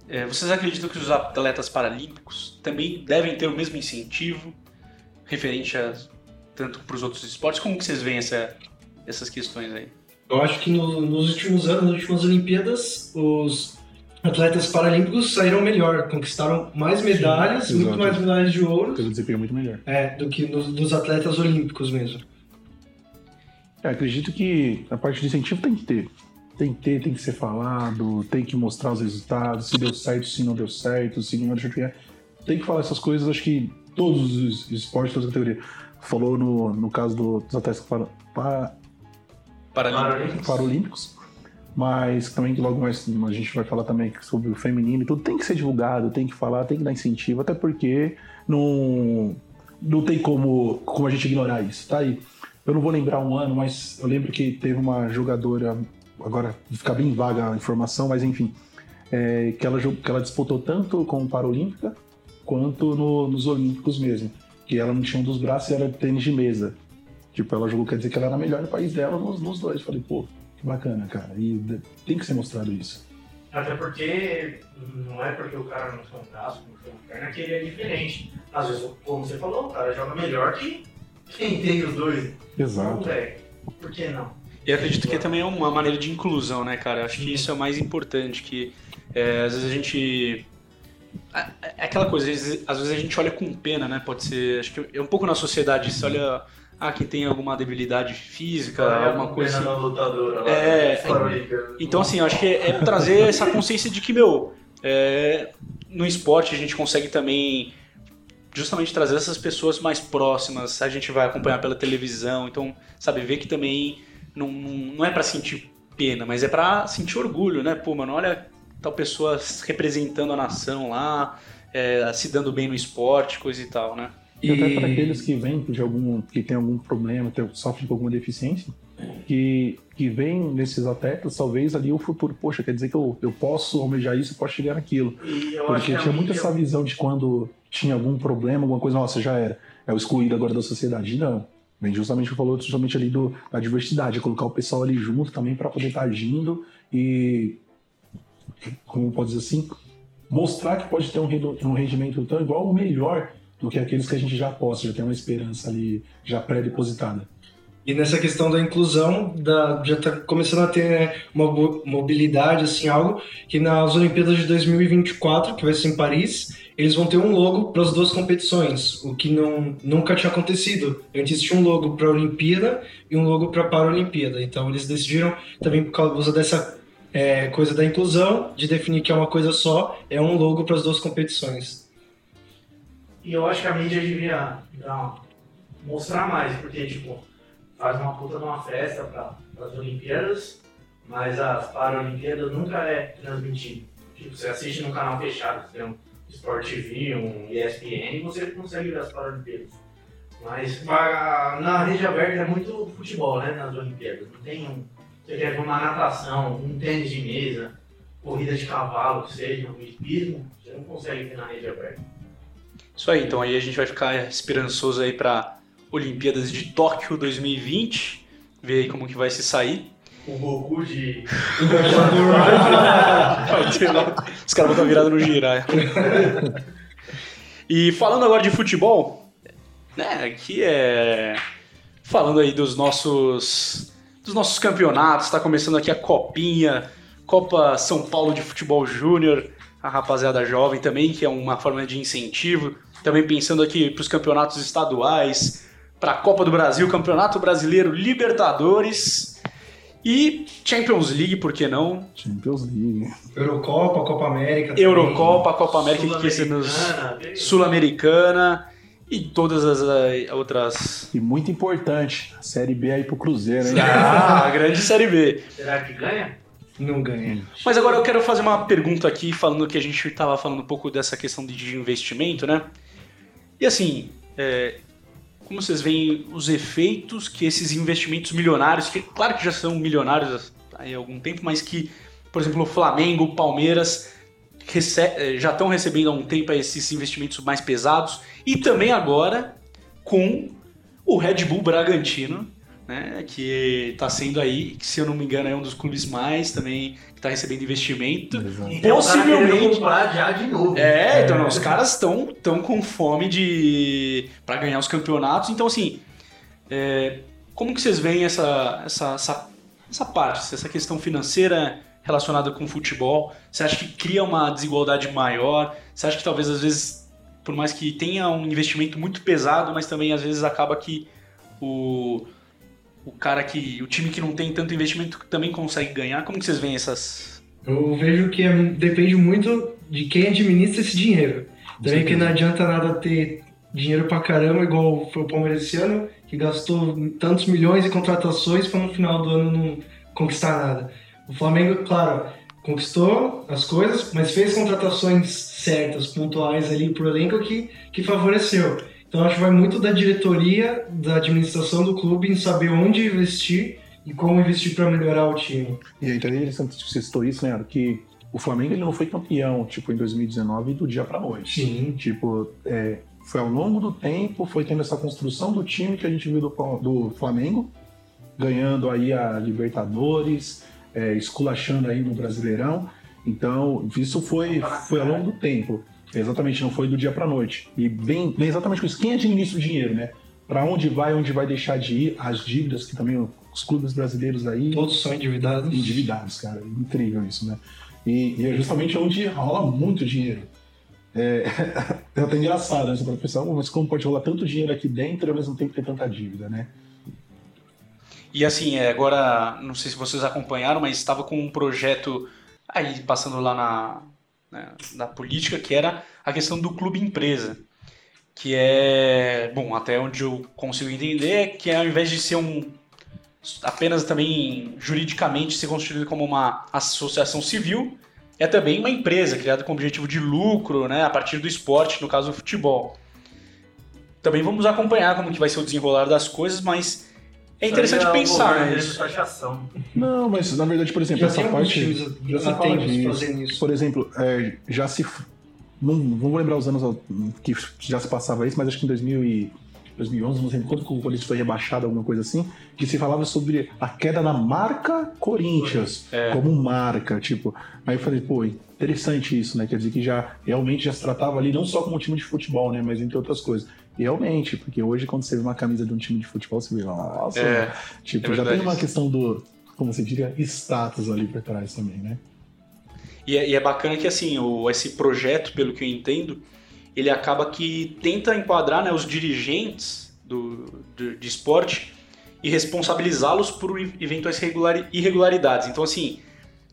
[SPEAKER 1] É, vocês acreditam que os atletas paralímpicos também devem ter o mesmo incentivo referente a tanto para os outros esportes? Como que vocês veem essa- essas questões aí?
[SPEAKER 3] Eu acho que no- nos últimos anos, nas últimas Olimpíadas, os atletas paralímpicos saíram melhor, conquistaram mais medalhas,
[SPEAKER 4] Sim,
[SPEAKER 3] muito
[SPEAKER 4] exato.
[SPEAKER 3] mais medalhas de ouro,
[SPEAKER 4] Teve um desempenho muito melhor.
[SPEAKER 3] é, do que nos, dos atletas olímpicos mesmo.
[SPEAKER 4] É, acredito que a parte de incentivo tem que ter. Tem que ter, tem que ser falado, tem que mostrar os resultados, se deu certo, se não deu certo, se não deixou de ganhar. Tem que falar essas coisas, acho que todos os esportes, todas as categorias. Falou no, no caso do- dos atletas para, para,
[SPEAKER 1] Paralímpicos.
[SPEAKER 4] paralímpicos, mas também que logo mais a gente vai falar também sobre o feminino e tudo. Tem que ser divulgado, tem que falar, tem que dar incentivo, até porque não, não tem como, como a gente ignorar isso, tá aí. Eu não vou lembrar um ano, mas eu lembro que teve uma jogadora, agora fica bem vaga a informação, mas enfim, é, que, ela, jo- que ela disputou tanto como Paralímpica quanto no- nos Olímpicos mesmo. Que ela não tinha um dos braços e era tênis de mesa. Tipo, ela jogou, quer dizer que ela era a melhor no país dela nos, nos dois. Falei, pô, que bacana, cara. E de- tem que ser mostrado isso.
[SPEAKER 8] Até porque não é porque o cara não tem um braço, não tem uma perna, que ele é diferente. Às vezes, como você falou, o cara joga melhor que quem tem os dois. Não, velho. Por que não?
[SPEAKER 1] E eu acredito que também é uma maneira de inclusão, né, cara? Eu acho que isso é o mais importante, que é, às vezes a gente. a- É aquela coisa, às vezes, às vezes a gente olha com pena, né? Pode ser. Acho que é um pouco na sociedade, você olha. Ah, que tem alguma debilidade física, alguma coisa assim.
[SPEAKER 8] É, Pena na lutadora lá.
[SPEAKER 1] É,
[SPEAKER 8] Paralímpica.
[SPEAKER 1] Então, assim, eu acho que é trazer essa consciência de que, meu, é, no esporte a gente consegue também justamente trazer essas pessoas mais próximas, a gente vai acompanhar pela televisão, então, sabe, ver que também não, não não é pra sentir pena, mas é pra sentir orgulho, né? Pô, mano, olha tal pessoa representando a nação lá, é, se dando bem no esporte, coisa e tal, né?
[SPEAKER 4] E até para aqueles que vêm de algum, que tem algum problema, que sofrem de alguma deficiência, que, que vêm nesses atletas, talvez ali o futuro, poxa, quer dizer que eu, eu posso almejar isso, eu posso chegar naquilo.
[SPEAKER 8] E eu acho que
[SPEAKER 4] Porque
[SPEAKER 8] é um a
[SPEAKER 4] tinha muito
[SPEAKER 8] mídia-
[SPEAKER 4] essa visão de quando tinha algum problema, alguma coisa, nossa, já era. É o excluído agora da sociedade. Não. Vem justamente o que falou justamente ali do, da diversidade, colocar o pessoal ali junto também para poder estar agindo e. Como pode dizer assim? Mostrar que pode ter um, redo- um rendimento tão igual ou melhor do que aqueles que a gente já possa, já tem uma esperança ali já pré-depositada.
[SPEAKER 3] E nessa questão da inclusão, da- já está começando a ter né, uma bo- mobilidade, assim, algo que nas Olimpíadas de 2024, que vai ser em Paris, eles vão ter um logo para as duas competições, o que não, nunca tinha acontecido. Antes tinha um logo para a Olimpíada e um logo para a Paralimpíada. Então eles decidiram também por causa dessa é, coisa da inclusão, de definir que é uma coisa só, é um logo para as duas competições.
[SPEAKER 8] E eu acho que a mídia devia dar- mostrar mais, porque, tipo, faz uma puta de uma festa para as Olimpíadas, mas as Paralimpíadas nunca é transmitido. Tipo, você assiste num canal fechado, você tem um Sport TV, um ESPN, e você consegue ver as Paralimpíadas. Mas a- na rede aberta é muito futebol, né? Nas Olimpíadas. Não tem um. Você quer ver uma natação, um tênis de mesa, corrida de cavalo, que seja, um hipismo, você não consegue ver na rede aberta.
[SPEAKER 1] Isso aí, então aí a gente vai ficar esperançoso aí para Olimpíadas de Tóquio 2020, ver aí como que vai se sair.
[SPEAKER 8] O Goku de.
[SPEAKER 1] Vai ter lá- Os caras vão estar virados no giraia. E falando agora de futebol, né, aqui é falando aí dos nossos dos nossos campeonatos, tá começando aqui a Copinha, Copa São Paulo de Futebol Júnior, a rapaziada jovem também, que é uma forma de incentivo, também pensando aqui para os campeonatos estaduais, para a Copa do Brasil, Campeonato Brasileiro, Libertadores e Champions League, por que não?
[SPEAKER 4] Champions League.
[SPEAKER 3] Eurocopa, Copa América. também.
[SPEAKER 1] Eurocopa, Copa América que cresce nos
[SPEAKER 8] Sul-Americana, que isso?
[SPEAKER 1] Sul-Americana e todas as eh, outras.
[SPEAKER 4] E muito importante, a Série B aí pro Cruzeiro, hein?
[SPEAKER 1] Ah, a grande Série B.
[SPEAKER 8] Será que ganha?
[SPEAKER 3] Não ganha.
[SPEAKER 1] Mas agora eu quero fazer uma pergunta aqui, falando que a gente estava falando um pouco dessa questão de- de investimento, né? E assim, é, como vocês veem os efeitos que esses investimentos milionários, que claro que já são milionários há aí há algum tempo, mas que, por exemplo, o Flamengo, o Palmeiras rece- eh, já estão recebendo há um tempo esses investimentos mais pesados, e também agora com o Red Bull Bragantino, né, que está sendo aí, que se eu não me engano é um dos clubes mais também que está recebendo investimento.
[SPEAKER 4] Exato.
[SPEAKER 8] Então, o cara
[SPEAKER 1] Possivelmente.
[SPEAKER 8] querendo comprar já de novo.
[SPEAKER 1] É, então [LAUGHS] não, os caras estão tão com fome de para ganhar os campeonatos. Então assim, é, como que vocês veem essa, essa, essa, essa parte, assim, essa questão financeira relacionada com o futebol? Você acha que cria uma desigualdade maior? Você acha que talvez às vezes, por mais que tenha um investimento muito pesado, mas também às vezes acaba que o o cara que o time que não tem tanto investimento também consegue ganhar? Como que vocês veem essas?
[SPEAKER 3] Eu vejo que é- depende muito de quem administra esse dinheiro. Também que
[SPEAKER 4] certeza.
[SPEAKER 3] não adianta nada ter dinheiro pra caramba, igual foi o Palmeiras esse ano, que gastou tantos milhões em contratações pra no final do ano não conquistar nada. O Flamengo, claro, conquistou as coisas, mas fez contratações certas, pontuais ali pro elenco que, que favoreceu. Então acho que vai muito da diretoria, da administração do clube em saber onde investir e como investir pra melhorar o time.
[SPEAKER 4] E aí, então, é interessante que você citou isso, Leandro, que o Flamengo ele não foi campeão, tipo, em 2019 do dia pra noite.
[SPEAKER 3] Sim,
[SPEAKER 4] Tipo, é, foi ao longo do tempo, foi tendo essa construção do time que a gente viu do, Pa- do Flamengo, ganhando aí a Libertadores, é, esculachando aí no Brasileirão. Então, isso foi, foi ao longo do tempo. Exatamente, não foi do dia pra noite. E bem, bem exatamente com isso. Quem administra o dinheiro, né? Pra onde vai, onde vai deixar de ir, as dívidas que também os clubes brasileiros aí
[SPEAKER 3] Todos são endividados.
[SPEAKER 4] endividados, cara. Incrível isso, né? E, e é justamente onde rola muito dinheiro. É, [LAUGHS] é até engraçado né, essa profissão, mas como pode rolar tanto dinheiro aqui dentro e ao mesmo tempo ter tanta dívida, né?
[SPEAKER 1] E assim, é, agora, não sei se vocês acompanharam, mas estava com um projeto aí passando lá na, né, na política, que era a questão do clube empresa. Que é, bom, até onde eu consigo entender, é que ao invés de ser um. apenas também juridicamente ser constituído como uma associação civil, é também uma empresa criada com o objetivo de lucro, né, a partir do esporte, no caso o futebol. Também vamos acompanhar como que vai ser o desenrolar das coisas, mas é interessante
[SPEAKER 8] Isso aí
[SPEAKER 1] pensar,
[SPEAKER 8] o
[SPEAKER 1] né?
[SPEAKER 8] governo
[SPEAKER 1] isso.
[SPEAKER 8] de taxação.
[SPEAKER 4] Não, mas na verdade, por exemplo,
[SPEAKER 3] Já
[SPEAKER 4] essa
[SPEAKER 3] tem alguns
[SPEAKER 4] parte.
[SPEAKER 3] times
[SPEAKER 4] já se
[SPEAKER 3] há
[SPEAKER 4] fala
[SPEAKER 3] tempos
[SPEAKER 4] disso.
[SPEAKER 3] fazendo isso.
[SPEAKER 4] Por exemplo, é, já se. Não, não vou lembrar os anos ao- que já se passava isso, mas acho que em 2000 e 2011, não lembro quando que o Corinthians foi rebaixado, alguma coisa assim, que se falava sobre a queda da marca Corinthians,
[SPEAKER 1] É.
[SPEAKER 4] como marca, tipo. Aí eu falei, pô, interessante isso, né? Quer dizer que já realmente já se tratava ali não só como um time de futebol, né? Mas entre outras coisas. E realmente, porque hoje quando você vê uma camisa de um time de futebol, você vê, nossa, tipo,
[SPEAKER 1] é
[SPEAKER 4] já tem
[SPEAKER 1] verdade
[SPEAKER 4] uma
[SPEAKER 1] isso.
[SPEAKER 4] questão do, como se diria, status ali por trás também, né?
[SPEAKER 1] E é, e é bacana que assim, o, esse projeto, pelo que eu entendo, ele acaba que tenta enquadrar né, os dirigentes do, de, de esporte e responsabilizá-los por ev- eventuais regulari- irregularidades. Então, assim,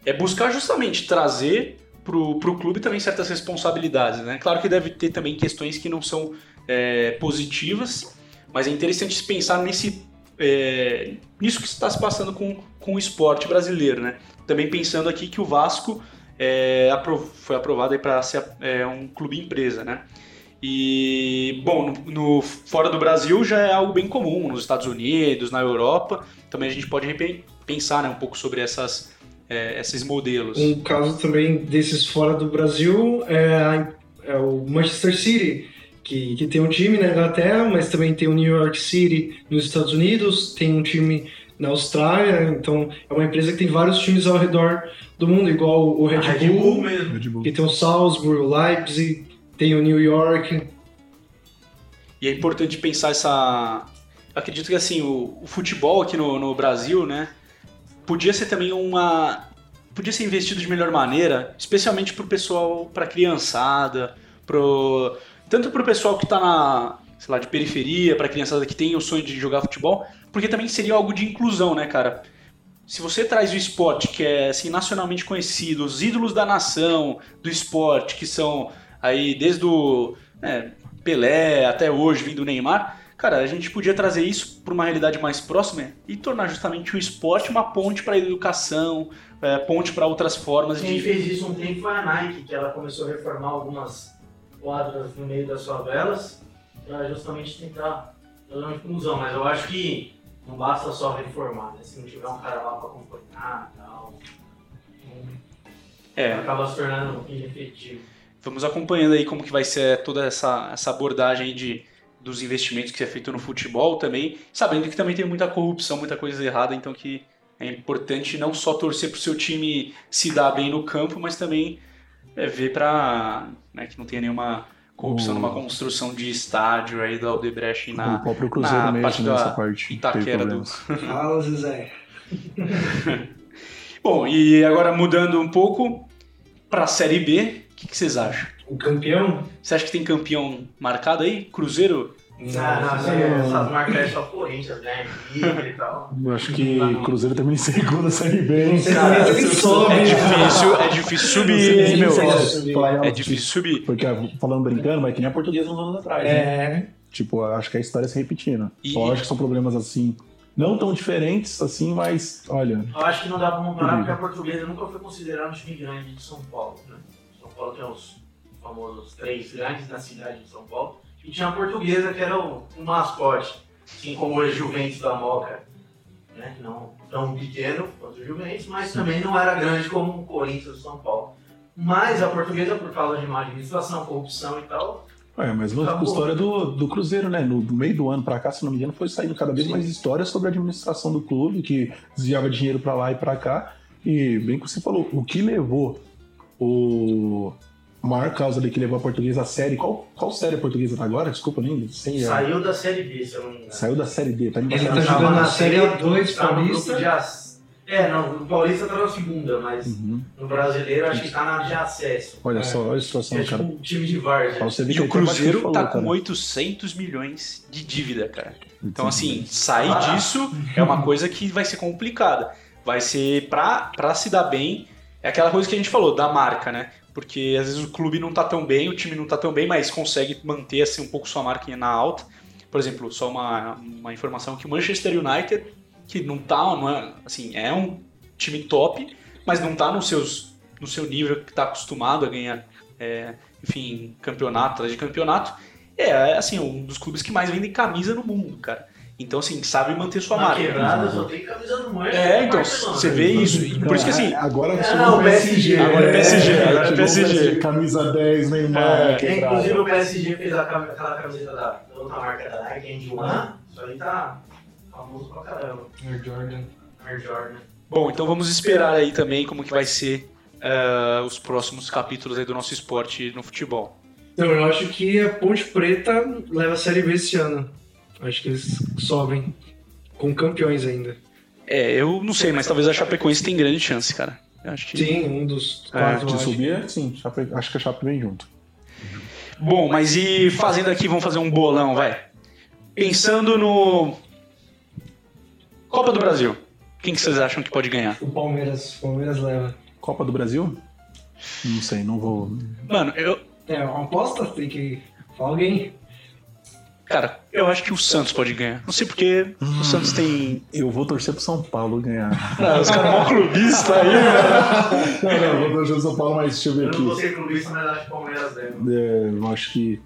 [SPEAKER 1] é buscar justamente trazer para o clube também certas responsabilidades. Né? Claro que deve ter também questões que não são é, positivas, mas é interessante se pensar nesse, é, nisso que está se passando com, com o esporte brasileiro. Né? Também pensando aqui que o Vasco é, apro- foi aprovado para ser é, um clube empresa, né? E, bom, no, no- fora do Brasil já é algo bem comum, nos Estados Unidos, na Europa. Também a gente pode repen- pensar né, um pouco sobre essas, é, esses modelos.
[SPEAKER 3] Um caso também desses fora do Brasil é, a- é o Manchester City, que, que tem um time na Inglaterra, mas também tem o New York City nos Estados Unidos, tem um time na Austrália, então é uma empresa que tem vários times ao redor do mundo, igual o Red,
[SPEAKER 8] A Red
[SPEAKER 3] Bull,
[SPEAKER 8] Bull mesmo.
[SPEAKER 4] Red Bull.
[SPEAKER 3] que tem o Salzburg, o Leipzig, tem o New York.
[SPEAKER 1] E é importante pensar essa. Acredito que assim, o, o futebol aqui no, no Brasil, né? Podia ser também uma. Podia ser investido de melhor maneira, especialmente pro pessoal, pra criançada, pro. Tanto pro pessoal que tá na. sei lá, de periferia, pra criançada que tem o sonho de jogar futebol, porque também seria algo de inclusão, né, cara? Se você traz o esporte que é assim, nacionalmente conhecido, os ídolos da nação do esporte, que são aí desde o. né, Pelé até hoje, vindo o Neymar, cara, a gente podia trazer isso para uma realidade mais próxima e tornar justamente o esporte uma ponte para a educação, é, ponte para outras formas
[SPEAKER 8] Quem
[SPEAKER 1] de.
[SPEAKER 8] fez isso um tempo foi a Nike, que ela começou a reformar algumas quadras no meio das favelas para justamente tentar fazer uma inclusão. Mas eu acho que não basta só reformar, né? Se não tiver um cara lá para acompanhar e tal, não-
[SPEAKER 1] É,
[SPEAKER 8] acaba se tornando um inefetivo.
[SPEAKER 1] vamos acompanhando aí como que vai ser toda essa, essa abordagem aí de, dos investimentos que é feito no futebol também, sabendo que também tem muita corrupção, muita coisa errada, então que é importante não só torcer para o seu time se dar bem no campo, mas também é, ver para que não tenha nenhuma corrupção
[SPEAKER 4] O-
[SPEAKER 1] numa construção de estádio aí da Aldebrecht na,
[SPEAKER 4] o próprio Cruzeiro
[SPEAKER 1] na parte
[SPEAKER 4] mesmo
[SPEAKER 1] da
[SPEAKER 4] nessa parte.
[SPEAKER 1] Itaquera
[SPEAKER 4] teve
[SPEAKER 1] do-
[SPEAKER 4] problemas.
[SPEAKER 3] Fala, Zezé.
[SPEAKER 1] Bom, e agora mudando um pouco para a Série B, o que, que vocês acham?
[SPEAKER 3] O campeão?
[SPEAKER 1] Você acha que tem campeão marcado aí? Cruzeiro?
[SPEAKER 8] Não, Ah, não,
[SPEAKER 3] Nossa.
[SPEAKER 8] não, essas marcas aí é só Corinthians, né? River e tal.
[SPEAKER 4] Eu Acho que Cruzeiro [LAUGHS] termina em segunda série B. hein?
[SPEAKER 3] Não sei nem se ele sobe.
[SPEAKER 1] É difícil, é difícil subir,
[SPEAKER 4] Não sei
[SPEAKER 1] hein,
[SPEAKER 4] se
[SPEAKER 1] meu.
[SPEAKER 4] pode
[SPEAKER 3] Subir.
[SPEAKER 4] playoff,
[SPEAKER 1] É difícil subir.
[SPEAKER 4] Porque ah, falando brincando, mas que nem a portuguesa uns anos atrás. né?
[SPEAKER 3] É,
[SPEAKER 4] Tipo, eu acho que a história se repetindo.
[SPEAKER 1] E-
[SPEAKER 4] Lógico que são problemas assim, não tão diferentes assim, mas olha,
[SPEAKER 8] Eu acho que não dá pra comparar porque a portuguesa nunca foi considerada um time grande de São Paulo, né? São Paulo tem os famosos três grandes da cidade de São Paulo. E tinha a portuguesa que era o, o mascote, assim como o Juventus da Moca, né? Não tão pequeno quanto o Juventus, mas também não era grande como o Corinthians de São Paulo. Mas a portuguesa, por causa de má administração, corrupção e tal,
[SPEAKER 4] é, mas vamos com a
[SPEAKER 8] Acabou.
[SPEAKER 4] história do, do Cruzeiro, né? No, do meio do ano pra cá, se não me engano, foi saindo cada vez mais histórias sobre a administração do clube, que desviava dinheiro pra lá e pra cá. E bem que você falou, o que levou o. A maior causa ali que levou a portuguesa à série. Qual, qual série a portuguesa tá agora? Desculpa, nem sei. é.
[SPEAKER 8] saiu da Série B, se eu não me engano.
[SPEAKER 4] Saiu da série D, tá me
[SPEAKER 3] Ele
[SPEAKER 8] Ela
[SPEAKER 3] tá
[SPEAKER 4] passando-
[SPEAKER 8] tava
[SPEAKER 3] jogando
[SPEAKER 8] na
[SPEAKER 3] a Série A2
[SPEAKER 8] tá no grupo
[SPEAKER 3] Paulista.
[SPEAKER 8] de as- É, não, o Paulista tá na segunda, mas...
[SPEAKER 4] Uhum.
[SPEAKER 8] No brasileiro, acho que tá na área de acesso.
[SPEAKER 4] Olha
[SPEAKER 3] É.
[SPEAKER 4] só, olha a situação,
[SPEAKER 8] é tipo
[SPEAKER 4] cara.
[SPEAKER 8] um time de várzea.
[SPEAKER 4] Pra você ver
[SPEAKER 1] E
[SPEAKER 4] que
[SPEAKER 1] o
[SPEAKER 4] ele tem bastante
[SPEAKER 1] Cruzeiro
[SPEAKER 4] valor,
[SPEAKER 1] tá com
[SPEAKER 4] cara.
[SPEAKER 1] 800 milhões de dívida, cara. Então, assim, sair disso é uma coisa que vai ser complicada. Vai ser pra, pra se dar bem. É aquela coisa que a gente falou, da marca, né? Porque às vezes o clube não tá tão bem, o time não tá tão bem, mas consegue manter assim, um pouco sua marca na alta. Por exemplo, só uma, uma informação que o Manchester United, que não tá, não é, assim, é um time top, mas não tá nos seus, no seu nível que tá acostumado a ganhar, é, enfim, campeonato atrás de campeonato. É, assim, um dos clubes que mais vendem camisa no mundo, cara. Então, assim, sabe manter sua
[SPEAKER 8] Na
[SPEAKER 1] marca.
[SPEAKER 8] quebrada só tem camisa do Manchester.
[SPEAKER 1] né? É, então,
[SPEAKER 8] Barcelona.
[SPEAKER 1] você vê isso. E por isso que, assim,
[SPEAKER 4] Então, é, Agora
[SPEAKER 8] Não,
[SPEAKER 4] chegou o PSG.
[SPEAKER 1] agora é PSG,
[SPEAKER 4] né?
[SPEAKER 1] agora é
[SPEAKER 4] Chegou o
[SPEAKER 1] PSG.
[SPEAKER 4] Camisa 10, Neymar.
[SPEAKER 1] É,
[SPEAKER 8] É,
[SPEAKER 4] quebrado.
[SPEAKER 8] inclusive o PSG fez a cam- aquela camiseta da da outra marca da Nike, End One. Isso aí tá famoso pra caramba.
[SPEAKER 3] Air Jordan.
[SPEAKER 8] Air Jordan.
[SPEAKER 1] Bom, então vamos esperar aí também como que vai ser ah, os próximos capítulos aí do nosso esporte no futebol.
[SPEAKER 3] Não, Então, eu acho que a Ponte Preta leva a Série B esse ano. Acho que eles sobem. Com campeões ainda.
[SPEAKER 1] É, eu não sei, mas talvez a Chapecoense tem grande chance, cara. Eu acho que...
[SPEAKER 3] Sim, um
[SPEAKER 1] É,
[SPEAKER 3] dos
[SPEAKER 4] Ah,
[SPEAKER 3] quatro. eu
[SPEAKER 4] de
[SPEAKER 3] acho.
[SPEAKER 4] subir, sim. Chape- Acho que a Chape vem junto.
[SPEAKER 1] Bom, mas e fazendo aqui, vamos fazer um bolão, vai. Pensando no. Copa do Brasil. Quem que vocês acham que pode ganhar?
[SPEAKER 3] O Palmeiras. O Palmeiras leva.
[SPEAKER 4] Copa do Brasil? Não sei, não vou.
[SPEAKER 1] Mano, eu.
[SPEAKER 3] É, uma aposta tem que. Fala alguém.
[SPEAKER 1] Cara, eu acho que o Santos pode ganhar. Não sei porque o Santos tem.
[SPEAKER 4] Eu vou torcer pro São Paulo ganhar.
[SPEAKER 1] Ah, os caras mó clubista aí, mano.
[SPEAKER 4] [LAUGHS] não, não, eu vou torcer pro São Paulo, mas deixa eu ver
[SPEAKER 8] Eu não vou
[SPEAKER 4] aqui.
[SPEAKER 8] ser clubista, mas acho que o Palmeiras leva.
[SPEAKER 4] É, eu acho que.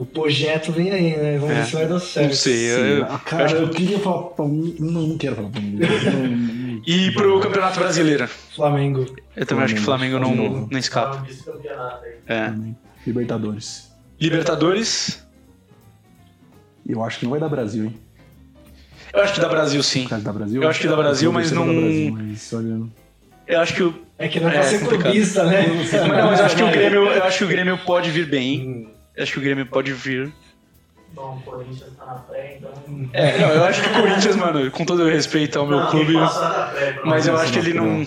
[SPEAKER 3] O projeto vem aí, né? Vamos ver se vai dar certo.
[SPEAKER 1] É. Não sei, é. eu- eu-
[SPEAKER 4] Ah, cara, eu queria falar pra mim. Não, não quero falar pra um- mim. [LAUGHS] Não-
[SPEAKER 1] E pro Campeonato Brasileiro.
[SPEAKER 3] Flamengo.
[SPEAKER 1] Eu também acho que o Flamengo
[SPEAKER 4] De
[SPEAKER 1] não,
[SPEAKER 4] novo.
[SPEAKER 1] não escapa.
[SPEAKER 8] vice-campeonato É um aí.
[SPEAKER 1] É.
[SPEAKER 4] Libertadores.
[SPEAKER 1] Libertadores,
[SPEAKER 4] Eu acho que não vai dar Brasil, hein?
[SPEAKER 1] eu acho que dá Brasil sim.
[SPEAKER 4] Por causa da Brasil.
[SPEAKER 1] Eu acho que dá Brasil, mas
[SPEAKER 4] Eu
[SPEAKER 1] não-
[SPEAKER 4] sei que dá Brasil, mas, olha,
[SPEAKER 1] Eu acho que o,
[SPEAKER 3] É que não é
[SPEAKER 1] É,
[SPEAKER 3] pra ser
[SPEAKER 1] complicado.
[SPEAKER 3] clubista, né?
[SPEAKER 1] mas não, mas eu acho que o Grêmio, eu acho que Hum. o Grêmio pode vir bem. hein? Eu acho que o Grêmio pode vir.
[SPEAKER 8] Bom, o Corinthians tá na pré, então.
[SPEAKER 1] É, não, eu acho que o Corinthians, mano, com todo o respeito ao meu
[SPEAKER 8] Não, tem
[SPEAKER 1] clube,
[SPEAKER 8] que passar na pré,
[SPEAKER 1] mas eu
[SPEAKER 4] Nossa,
[SPEAKER 1] acho que ele não
[SPEAKER 4] não.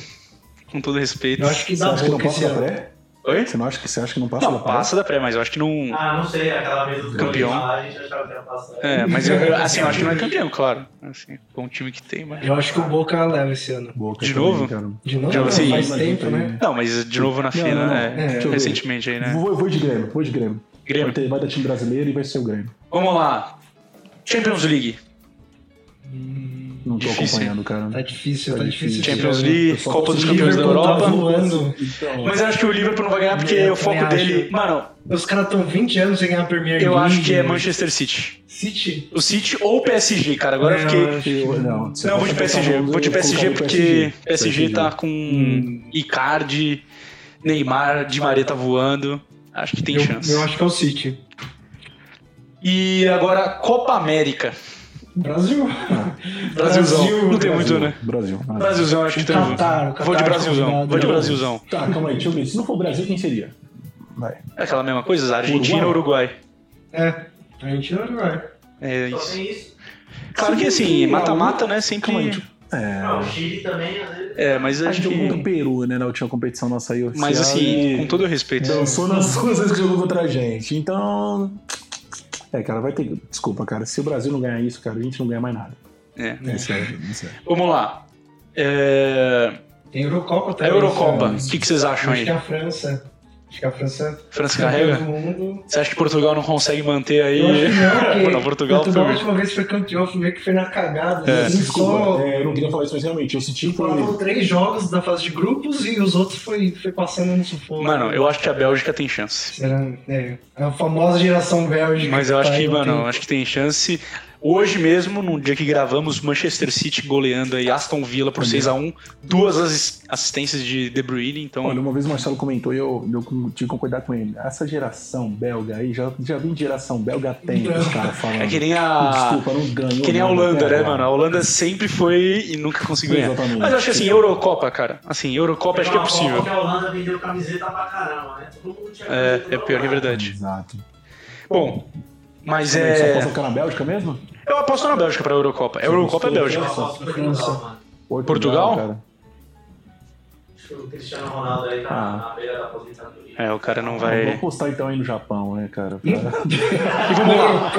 [SPEAKER 1] com todo o respeito.
[SPEAKER 3] Eu acho que
[SPEAKER 4] Você
[SPEAKER 3] dá
[SPEAKER 4] acha que não
[SPEAKER 3] boca esse
[SPEAKER 4] passa da
[SPEAKER 3] ano.
[SPEAKER 4] pré?
[SPEAKER 1] Oi?
[SPEAKER 4] Você não acha que você acha que não passa
[SPEAKER 1] Não,
[SPEAKER 4] da pré?
[SPEAKER 1] passa da pré, mas eu acho que não
[SPEAKER 8] Ah, não sei, aquela vez do
[SPEAKER 1] Campeão.
[SPEAKER 8] Corinthians lá, a gente achava que ia passar.
[SPEAKER 1] É, mas eu, [LAUGHS] eu- assim, eu acho que não é campeão, claro. Assim, com o time que tem, mas
[SPEAKER 3] Eu acho que o Boca leva esse ano.
[SPEAKER 4] Boca
[SPEAKER 1] De
[SPEAKER 4] também,
[SPEAKER 1] novo?
[SPEAKER 4] cara.
[SPEAKER 3] De novo,
[SPEAKER 1] Já
[SPEAKER 3] não,
[SPEAKER 1] sei.
[SPEAKER 3] faz
[SPEAKER 4] Mas
[SPEAKER 3] tempo,
[SPEAKER 4] não tem-
[SPEAKER 3] né?
[SPEAKER 1] Não, mas de novo na
[SPEAKER 4] Não,
[SPEAKER 1] fila,
[SPEAKER 4] não, não.
[SPEAKER 1] né?
[SPEAKER 4] É, deixa eu ver.
[SPEAKER 1] recentemente aí, né?
[SPEAKER 4] Vou, vou de Grêmio, vou de Grêmio. Vai,
[SPEAKER 1] Grêmio.
[SPEAKER 4] ter, vai dar time brasileiro e vai ser o Grêmio.
[SPEAKER 1] Vamos lá. Champions League.
[SPEAKER 4] Não tô
[SPEAKER 1] Difícil,
[SPEAKER 4] acompanhando, cara.
[SPEAKER 3] Tá difícil, tá difícil. esse
[SPEAKER 4] É,
[SPEAKER 1] Champions
[SPEAKER 3] ano.
[SPEAKER 1] League,
[SPEAKER 4] só
[SPEAKER 1] Copa
[SPEAKER 4] tô
[SPEAKER 1] dos
[SPEAKER 3] O
[SPEAKER 1] Campeões da
[SPEAKER 3] Liverpool tá
[SPEAKER 1] Europa.
[SPEAKER 3] voando.
[SPEAKER 4] Então,
[SPEAKER 1] Mas eu acho que o Liverpool não vai ganhar porque
[SPEAKER 4] É,
[SPEAKER 3] Eu
[SPEAKER 1] o foco
[SPEAKER 3] também
[SPEAKER 1] dele.
[SPEAKER 3] acho.
[SPEAKER 1] Mano,
[SPEAKER 3] Os caras estão 20 anos sem ganhar a Premier League.
[SPEAKER 1] eu acho que é Manchester City.
[SPEAKER 3] City.
[SPEAKER 1] O City ou o PSG, cara. Agora eu
[SPEAKER 4] É,
[SPEAKER 1] fiquei.
[SPEAKER 4] eu, não, se
[SPEAKER 1] Não, eu
[SPEAKER 4] eu
[SPEAKER 1] vou de
[SPEAKER 4] fosse
[SPEAKER 1] PSG.
[SPEAKER 4] botar um-
[SPEAKER 1] Vou de
[SPEAKER 4] eu
[SPEAKER 1] PSG
[SPEAKER 4] colocaria o
[SPEAKER 1] porque PSG
[SPEAKER 4] PSG.
[SPEAKER 1] tá com Icardi, Neymar, Di Maria tá voando. Acho que tem
[SPEAKER 3] eu,
[SPEAKER 1] chance.
[SPEAKER 3] eu acho que é o City.
[SPEAKER 1] E agora, Copa América.
[SPEAKER 3] Brasil.
[SPEAKER 1] Ah,
[SPEAKER 3] [LAUGHS]
[SPEAKER 1] Brasilzão.
[SPEAKER 3] Brasil,
[SPEAKER 1] não tem muito, né?
[SPEAKER 4] Brasil. Ah.
[SPEAKER 1] Brasilzão, acho que tem.
[SPEAKER 3] Catar, o Catar
[SPEAKER 1] Vou de Brasilzão.
[SPEAKER 3] convidado.
[SPEAKER 1] Vou de Brasilzão.
[SPEAKER 4] Tá, calma aí, deixa eu ver. Se não for o Brasil, quem seria? Vai.
[SPEAKER 1] É aquela mesma coisa? Argentina ou Uruguai?
[SPEAKER 3] É. A gente não vai.
[SPEAKER 1] É
[SPEAKER 8] Só
[SPEAKER 1] isso.
[SPEAKER 8] tem isso.
[SPEAKER 1] Claro que assim, mata-mata, né? Sempre.
[SPEAKER 4] Calma aí, tipo,
[SPEAKER 8] Ah, o Chile também, às vezes.
[SPEAKER 1] É, mas
[SPEAKER 4] A
[SPEAKER 1] acho
[SPEAKER 4] gente jogou contra o
[SPEAKER 1] que.
[SPEAKER 4] Peru, né, na última competição nossa aí oficial.
[SPEAKER 1] Mas assim,
[SPEAKER 4] e
[SPEAKER 1] com todo o respeito.
[SPEAKER 4] Dançou nas coisas que jogou contra a gente. Então... É, cara, vai ter... Desculpa, cara. Se o Brasil não ganhar isso, cara, a gente não ganha mais nada.
[SPEAKER 1] É.
[SPEAKER 4] É sério, é sério.
[SPEAKER 1] Vamos lá. É...
[SPEAKER 3] Tem Eurocopa
[SPEAKER 1] A
[SPEAKER 3] também.
[SPEAKER 1] Eurocopa.
[SPEAKER 3] esse
[SPEAKER 1] O
[SPEAKER 3] ano.
[SPEAKER 1] que, que vocês acham
[SPEAKER 3] Acho
[SPEAKER 1] aí?
[SPEAKER 3] que a França. Acho que a França
[SPEAKER 1] França carrega?
[SPEAKER 3] do mundo.
[SPEAKER 1] Você acha que Portugal não consegue manter aí?
[SPEAKER 3] Eu acho
[SPEAKER 1] [LAUGHS]
[SPEAKER 3] que não, porque
[SPEAKER 1] Mano, Portugal,
[SPEAKER 3] Portugal a
[SPEAKER 1] foi-
[SPEAKER 3] última vez foi campeão, foi meio que foi na cagada.
[SPEAKER 1] É.
[SPEAKER 3] assim, só-
[SPEAKER 4] Desculpa, é, eu não queria falar isso, mas realmente, eu senti que
[SPEAKER 3] Foram
[SPEAKER 4] foi...
[SPEAKER 3] três jogos da fase de grupos e os outros foi, foi passando no sufoco.
[SPEAKER 1] Mano, eu acho que a Bélgica tem chance.
[SPEAKER 3] Será, é, a famosa geração bélgica.
[SPEAKER 1] Mas eu acho
[SPEAKER 3] tá
[SPEAKER 1] que,
[SPEAKER 3] aí,
[SPEAKER 1] mano,
[SPEAKER 3] tem-
[SPEAKER 1] acho que tem chance. Hoje mesmo, num dia que gravamos, Manchester City goleando aí Aston Villa por 6x1. Duas as- assistências de De Bruyne, então.
[SPEAKER 4] Olha, uma vez o Marcelo comentou e eu, eu tive que concordar com ele. Essa geração belga aí, já, já vem de geração belga tem, os caras falando. Ah,
[SPEAKER 1] é que nem a.
[SPEAKER 4] Desculpa, não ganhou.
[SPEAKER 1] Que nem a
[SPEAKER 4] nada,
[SPEAKER 1] Holanda,
[SPEAKER 4] pera
[SPEAKER 1] né,
[SPEAKER 4] lá.
[SPEAKER 1] mano? A Holanda sempre foi e nunca conseguiu ganhar.
[SPEAKER 4] Exatamente.
[SPEAKER 1] Mas eu acho que assim, Eurocopa, cara. Assim, Eurocopa acho que é
[SPEAKER 8] Uma Copa
[SPEAKER 1] possível.
[SPEAKER 8] Que a Holanda vendeu camiseta pra caramba, né? Todo mundo tinha
[SPEAKER 1] É,
[SPEAKER 8] camiseta
[SPEAKER 1] é pior
[SPEAKER 8] da
[SPEAKER 1] que é
[SPEAKER 8] Holanda.
[SPEAKER 1] verdade.
[SPEAKER 4] Exato.
[SPEAKER 1] Bom, mas
[SPEAKER 4] Você Só posso
[SPEAKER 1] é.
[SPEAKER 4] focar na Bélgica mesmo?
[SPEAKER 1] Eu aposto na Bélgica pra Eurocopa. Eurocopa é
[SPEAKER 8] Eu
[SPEAKER 1] Bélgica.
[SPEAKER 8] aposto que Portugal, mano.
[SPEAKER 1] Portugal?
[SPEAKER 4] cara.
[SPEAKER 8] Acho que o Cristiano Ronaldo aí tá
[SPEAKER 4] Ah.
[SPEAKER 8] na beira da aposentadoria.
[SPEAKER 1] É, o cara não
[SPEAKER 4] Vamos
[SPEAKER 1] vai.
[SPEAKER 4] apostar então aí no Japão, né, cara? Pra-
[SPEAKER 1] E vamos lá.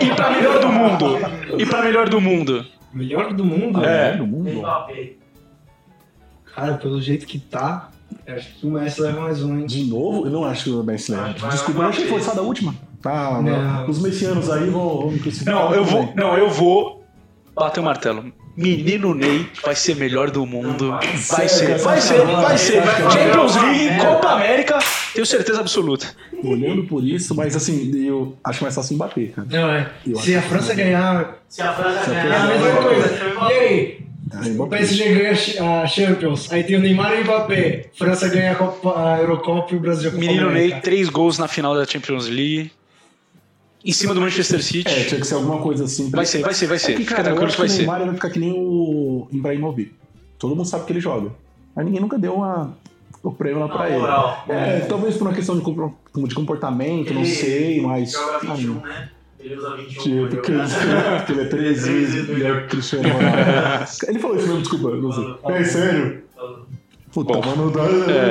[SPEAKER 1] E pra melhor do mundo. E pra melhor do mundo.
[SPEAKER 3] Melhor do mundo?
[SPEAKER 1] É.
[SPEAKER 4] Do Tá mundo.
[SPEAKER 8] Mbappé.
[SPEAKER 3] Cara, pelo jeito que tá, eu acho que o Messi leva mais um, hein?
[SPEAKER 4] De novo? Eu não acho que o Messi leva.
[SPEAKER 8] Vai, vai,
[SPEAKER 4] Desculpa,
[SPEAKER 8] vai,
[SPEAKER 4] eu achei
[SPEAKER 8] vai.
[SPEAKER 4] forçada a última. Tá,
[SPEAKER 3] Não.
[SPEAKER 4] os messianos aí vão, vão me crucificar.
[SPEAKER 1] Não, eu vou.
[SPEAKER 4] também.
[SPEAKER 1] Não, eu vou bater o martelo. Menino Ney vai ser melhor do mundo. Vai ser, vai ser, vai ser. Champions League, Copa América, tenho certeza absoluta.
[SPEAKER 4] Olhando por isso, mas assim, eu acho mais fácil embater, cara.
[SPEAKER 3] Não, é.
[SPEAKER 4] Eu
[SPEAKER 3] Se a
[SPEAKER 4] acho
[SPEAKER 3] França ganhar,
[SPEAKER 8] Se a França
[SPEAKER 4] Se a
[SPEAKER 3] é a
[SPEAKER 8] ganhar,
[SPEAKER 4] França
[SPEAKER 3] mesma
[SPEAKER 4] ganhar,
[SPEAKER 3] coisa. E aí?
[SPEAKER 4] Aí,
[SPEAKER 3] O PSG ganha a Ch- a Champions, aí tem o Neymar e o Mbappé. França ganha a, Copa, a Eurocopa e o Brasil a Copa
[SPEAKER 1] Menino
[SPEAKER 3] América.
[SPEAKER 1] Ney, três gols na final da Champions League. Em cima do Manchester
[SPEAKER 4] É,
[SPEAKER 1] City.
[SPEAKER 4] tinha que ser alguma coisa assim.
[SPEAKER 1] Vai ser, vai ser, vai
[SPEAKER 4] É
[SPEAKER 1] ser.
[SPEAKER 4] que,
[SPEAKER 1] Fica
[SPEAKER 4] cara, eu
[SPEAKER 1] tranquilo
[SPEAKER 4] acho
[SPEAKER 1] que
[SPEAKER 4] que
[SPEAKER 1] vai
[SPEAKER 4] o
[SPEAKER 1] ser.
[SPEAKER 4] Neymar vai ficar que nem o Ibrahimovic. Todo mundo sabe que ele joga. Mas ninguém nunca deu uma- o prêmio lá pra
[SPEAKER 8] na
[SPEAKER 4] ele.
[SPEAKER 8] moral.
[SPEAKER 4] É, talvez por uma questão de, compro- de comportamento, não
[SPEAKER 8] Ele
[SPEAKER 4] sei, mas.
[SPEAKER 8] Joga
[SPEAKER 4] Ah,
[SPEAKER 8] 21, né? Ele usa 21
[SPEAKER 4] Tipo,
[SPEAKER 8] pra
[SPEAKER 4] porque
[SPEAKER 8] jogar.
[SPEAKER 4] porque ele é três vezes ele é Cristiano Ronaldo. Ele falou isso mesmo, desculpa, eu não sei. É sério? Puta,
[SPEAKER 1] Bom.
[SPEAKER 4] mano, dá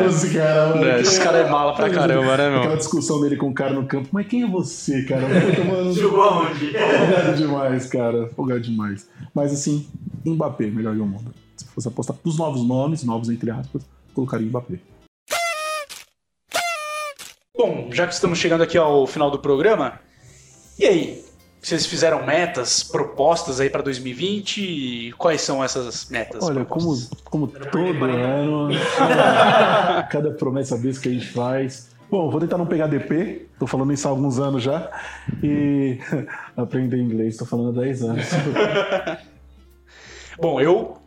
[SPEAKER 4] esse cara.
[SPEAKER 1] É, esse cara é mala pra caramba, né, meu?
[SPEAKER 4] Aquela discussão dele com o cara no campo, mas quem é você, cara? Puta, mano, [LAUGHS]
[SPEAKER 8] Jogou aonde?
[SPEAKER 4] folgado demais, cara. Folgado demais. Mas assim, Mbappé, melhor do mundo. Se fosse apostar dos novos nomes, novos entre aspas, colocaria Mbappé.
[SPEAKER 1] Bom, já que estamos chegando aqui ao final do programa, e aí? Vocês fizeram metas, propostas aí pra 2020? E quais são essas metas?
[SPEAKER 4] Olha, como,
[SPEAKER 1] propostas?
[SPEAKER 4] [LAUGHS] como todo ano, cada promessa besta que a gente faz, Bom, vou tentar não pegar DP, tô falando isso há alguns anos já. E [LAUGHS] aprender inglês, tô falando há 10 anos.
[SPEAKER 1] Bom, eu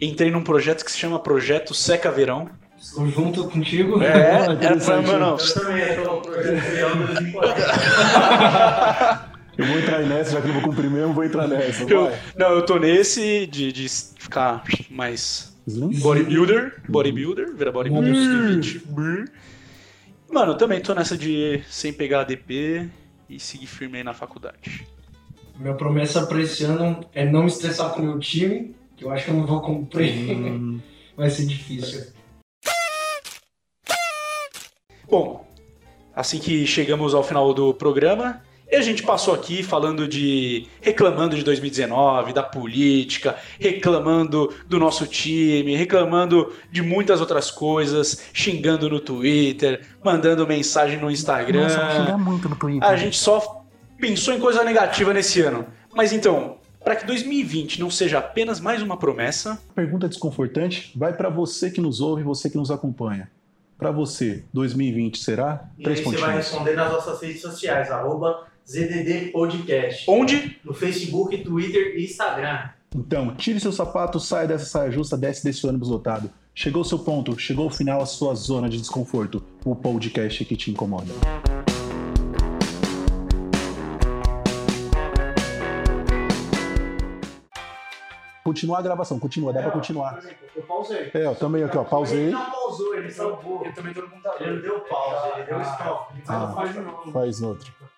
[SPEAKER 1] entrei num projeto que se chama Projeto Seca Verão.
[SPEAKER 3] Estou junto contigo.
[SPEAKER 1] É, era pra, mano,
[SPEAKER 8] Eu também, eu tô projetando 2040.
[SPEAKER 4] Eu vou entrar nessa, já que eu vou cumprir mesmo, vou entrar nessa.
[SPEAKER 1] eu,
[SPEAKER 4] Vai.
[SPEAKER 1] não, eu tô nesse de, de ficar mais
[SPEAKER 4] Slim?
[SPEAKER 1] Bodybuilder, bodybuilder, vira bodybuilder, skate, brr. Mano, eu também tô nessa de sem pegar ADP e seguir firme aí na faculdade.
[SPEAKER 3] Minha promessa pra esse ano é não me estressar com o meu time, que eu acho que eu não vou cumprir.
[SPEAKER 1] Hum.
[SPEAKER 3] [LAUGHS] Vai ser difícil.
[SPEAKER 1] Bom, assim que chegamos ao final do programa, e a gente passou aqui falando de. reclamando de 2019, da política, reclamando do nosso time, reclamando de muitas outras coisas, xingando no Twitter, mandando mensagem no Instagram.
[SPEAKER 4] muito no Twitter.
[SPEAKER 1] A gente só pensou em coisa negativa nesse ano. Mas então, para que 2020 não seja apenas mais uma promessa,
[SPEAKER 4] Pergunta desconfortante vai pra você que nos ouve, você que nos acompanha. Pra você, 2020 será?
[SPEAKER 8] E aí
[SPEAKER 4] Três
[SPEAKER 8] você vai
[SPEAKER 4] pontinhos.
[SPEAKER 8] responder nas nossas redes sociais, arroba ZDD Podcast.
[SPEAKER 1] onde
[SPEAKER 8] No Facebook, Twitter e Instagram.
[SPEAKER 4] Então, tire seu sapato, saia dessa saia justa, desce desse ônibus lotado. Chegou o seu ponto, chegou o final, a sua zona de desconforto. O podcast que te incomoda. Continuar a gravação, continua,
[SPEAKER 8] É,
[SPEAKER 4] dá pra continuar.
[SPEAKER 8] Eu pausei. Tá
[SPEAKER 4] É, eu também aqui, ó, pausei.
[SPEAKER 8] Ele não pausou, ele salvou.
[SPEAKER 5] Eu também tô no computador.
[SPEAKER 8] Ele não deu pausa, ele deu stop. Ele
[SPEAKER 4] Ah.
[SPEAKER 8] não faz um de novo.
[SPEAKER 4] Faz outro.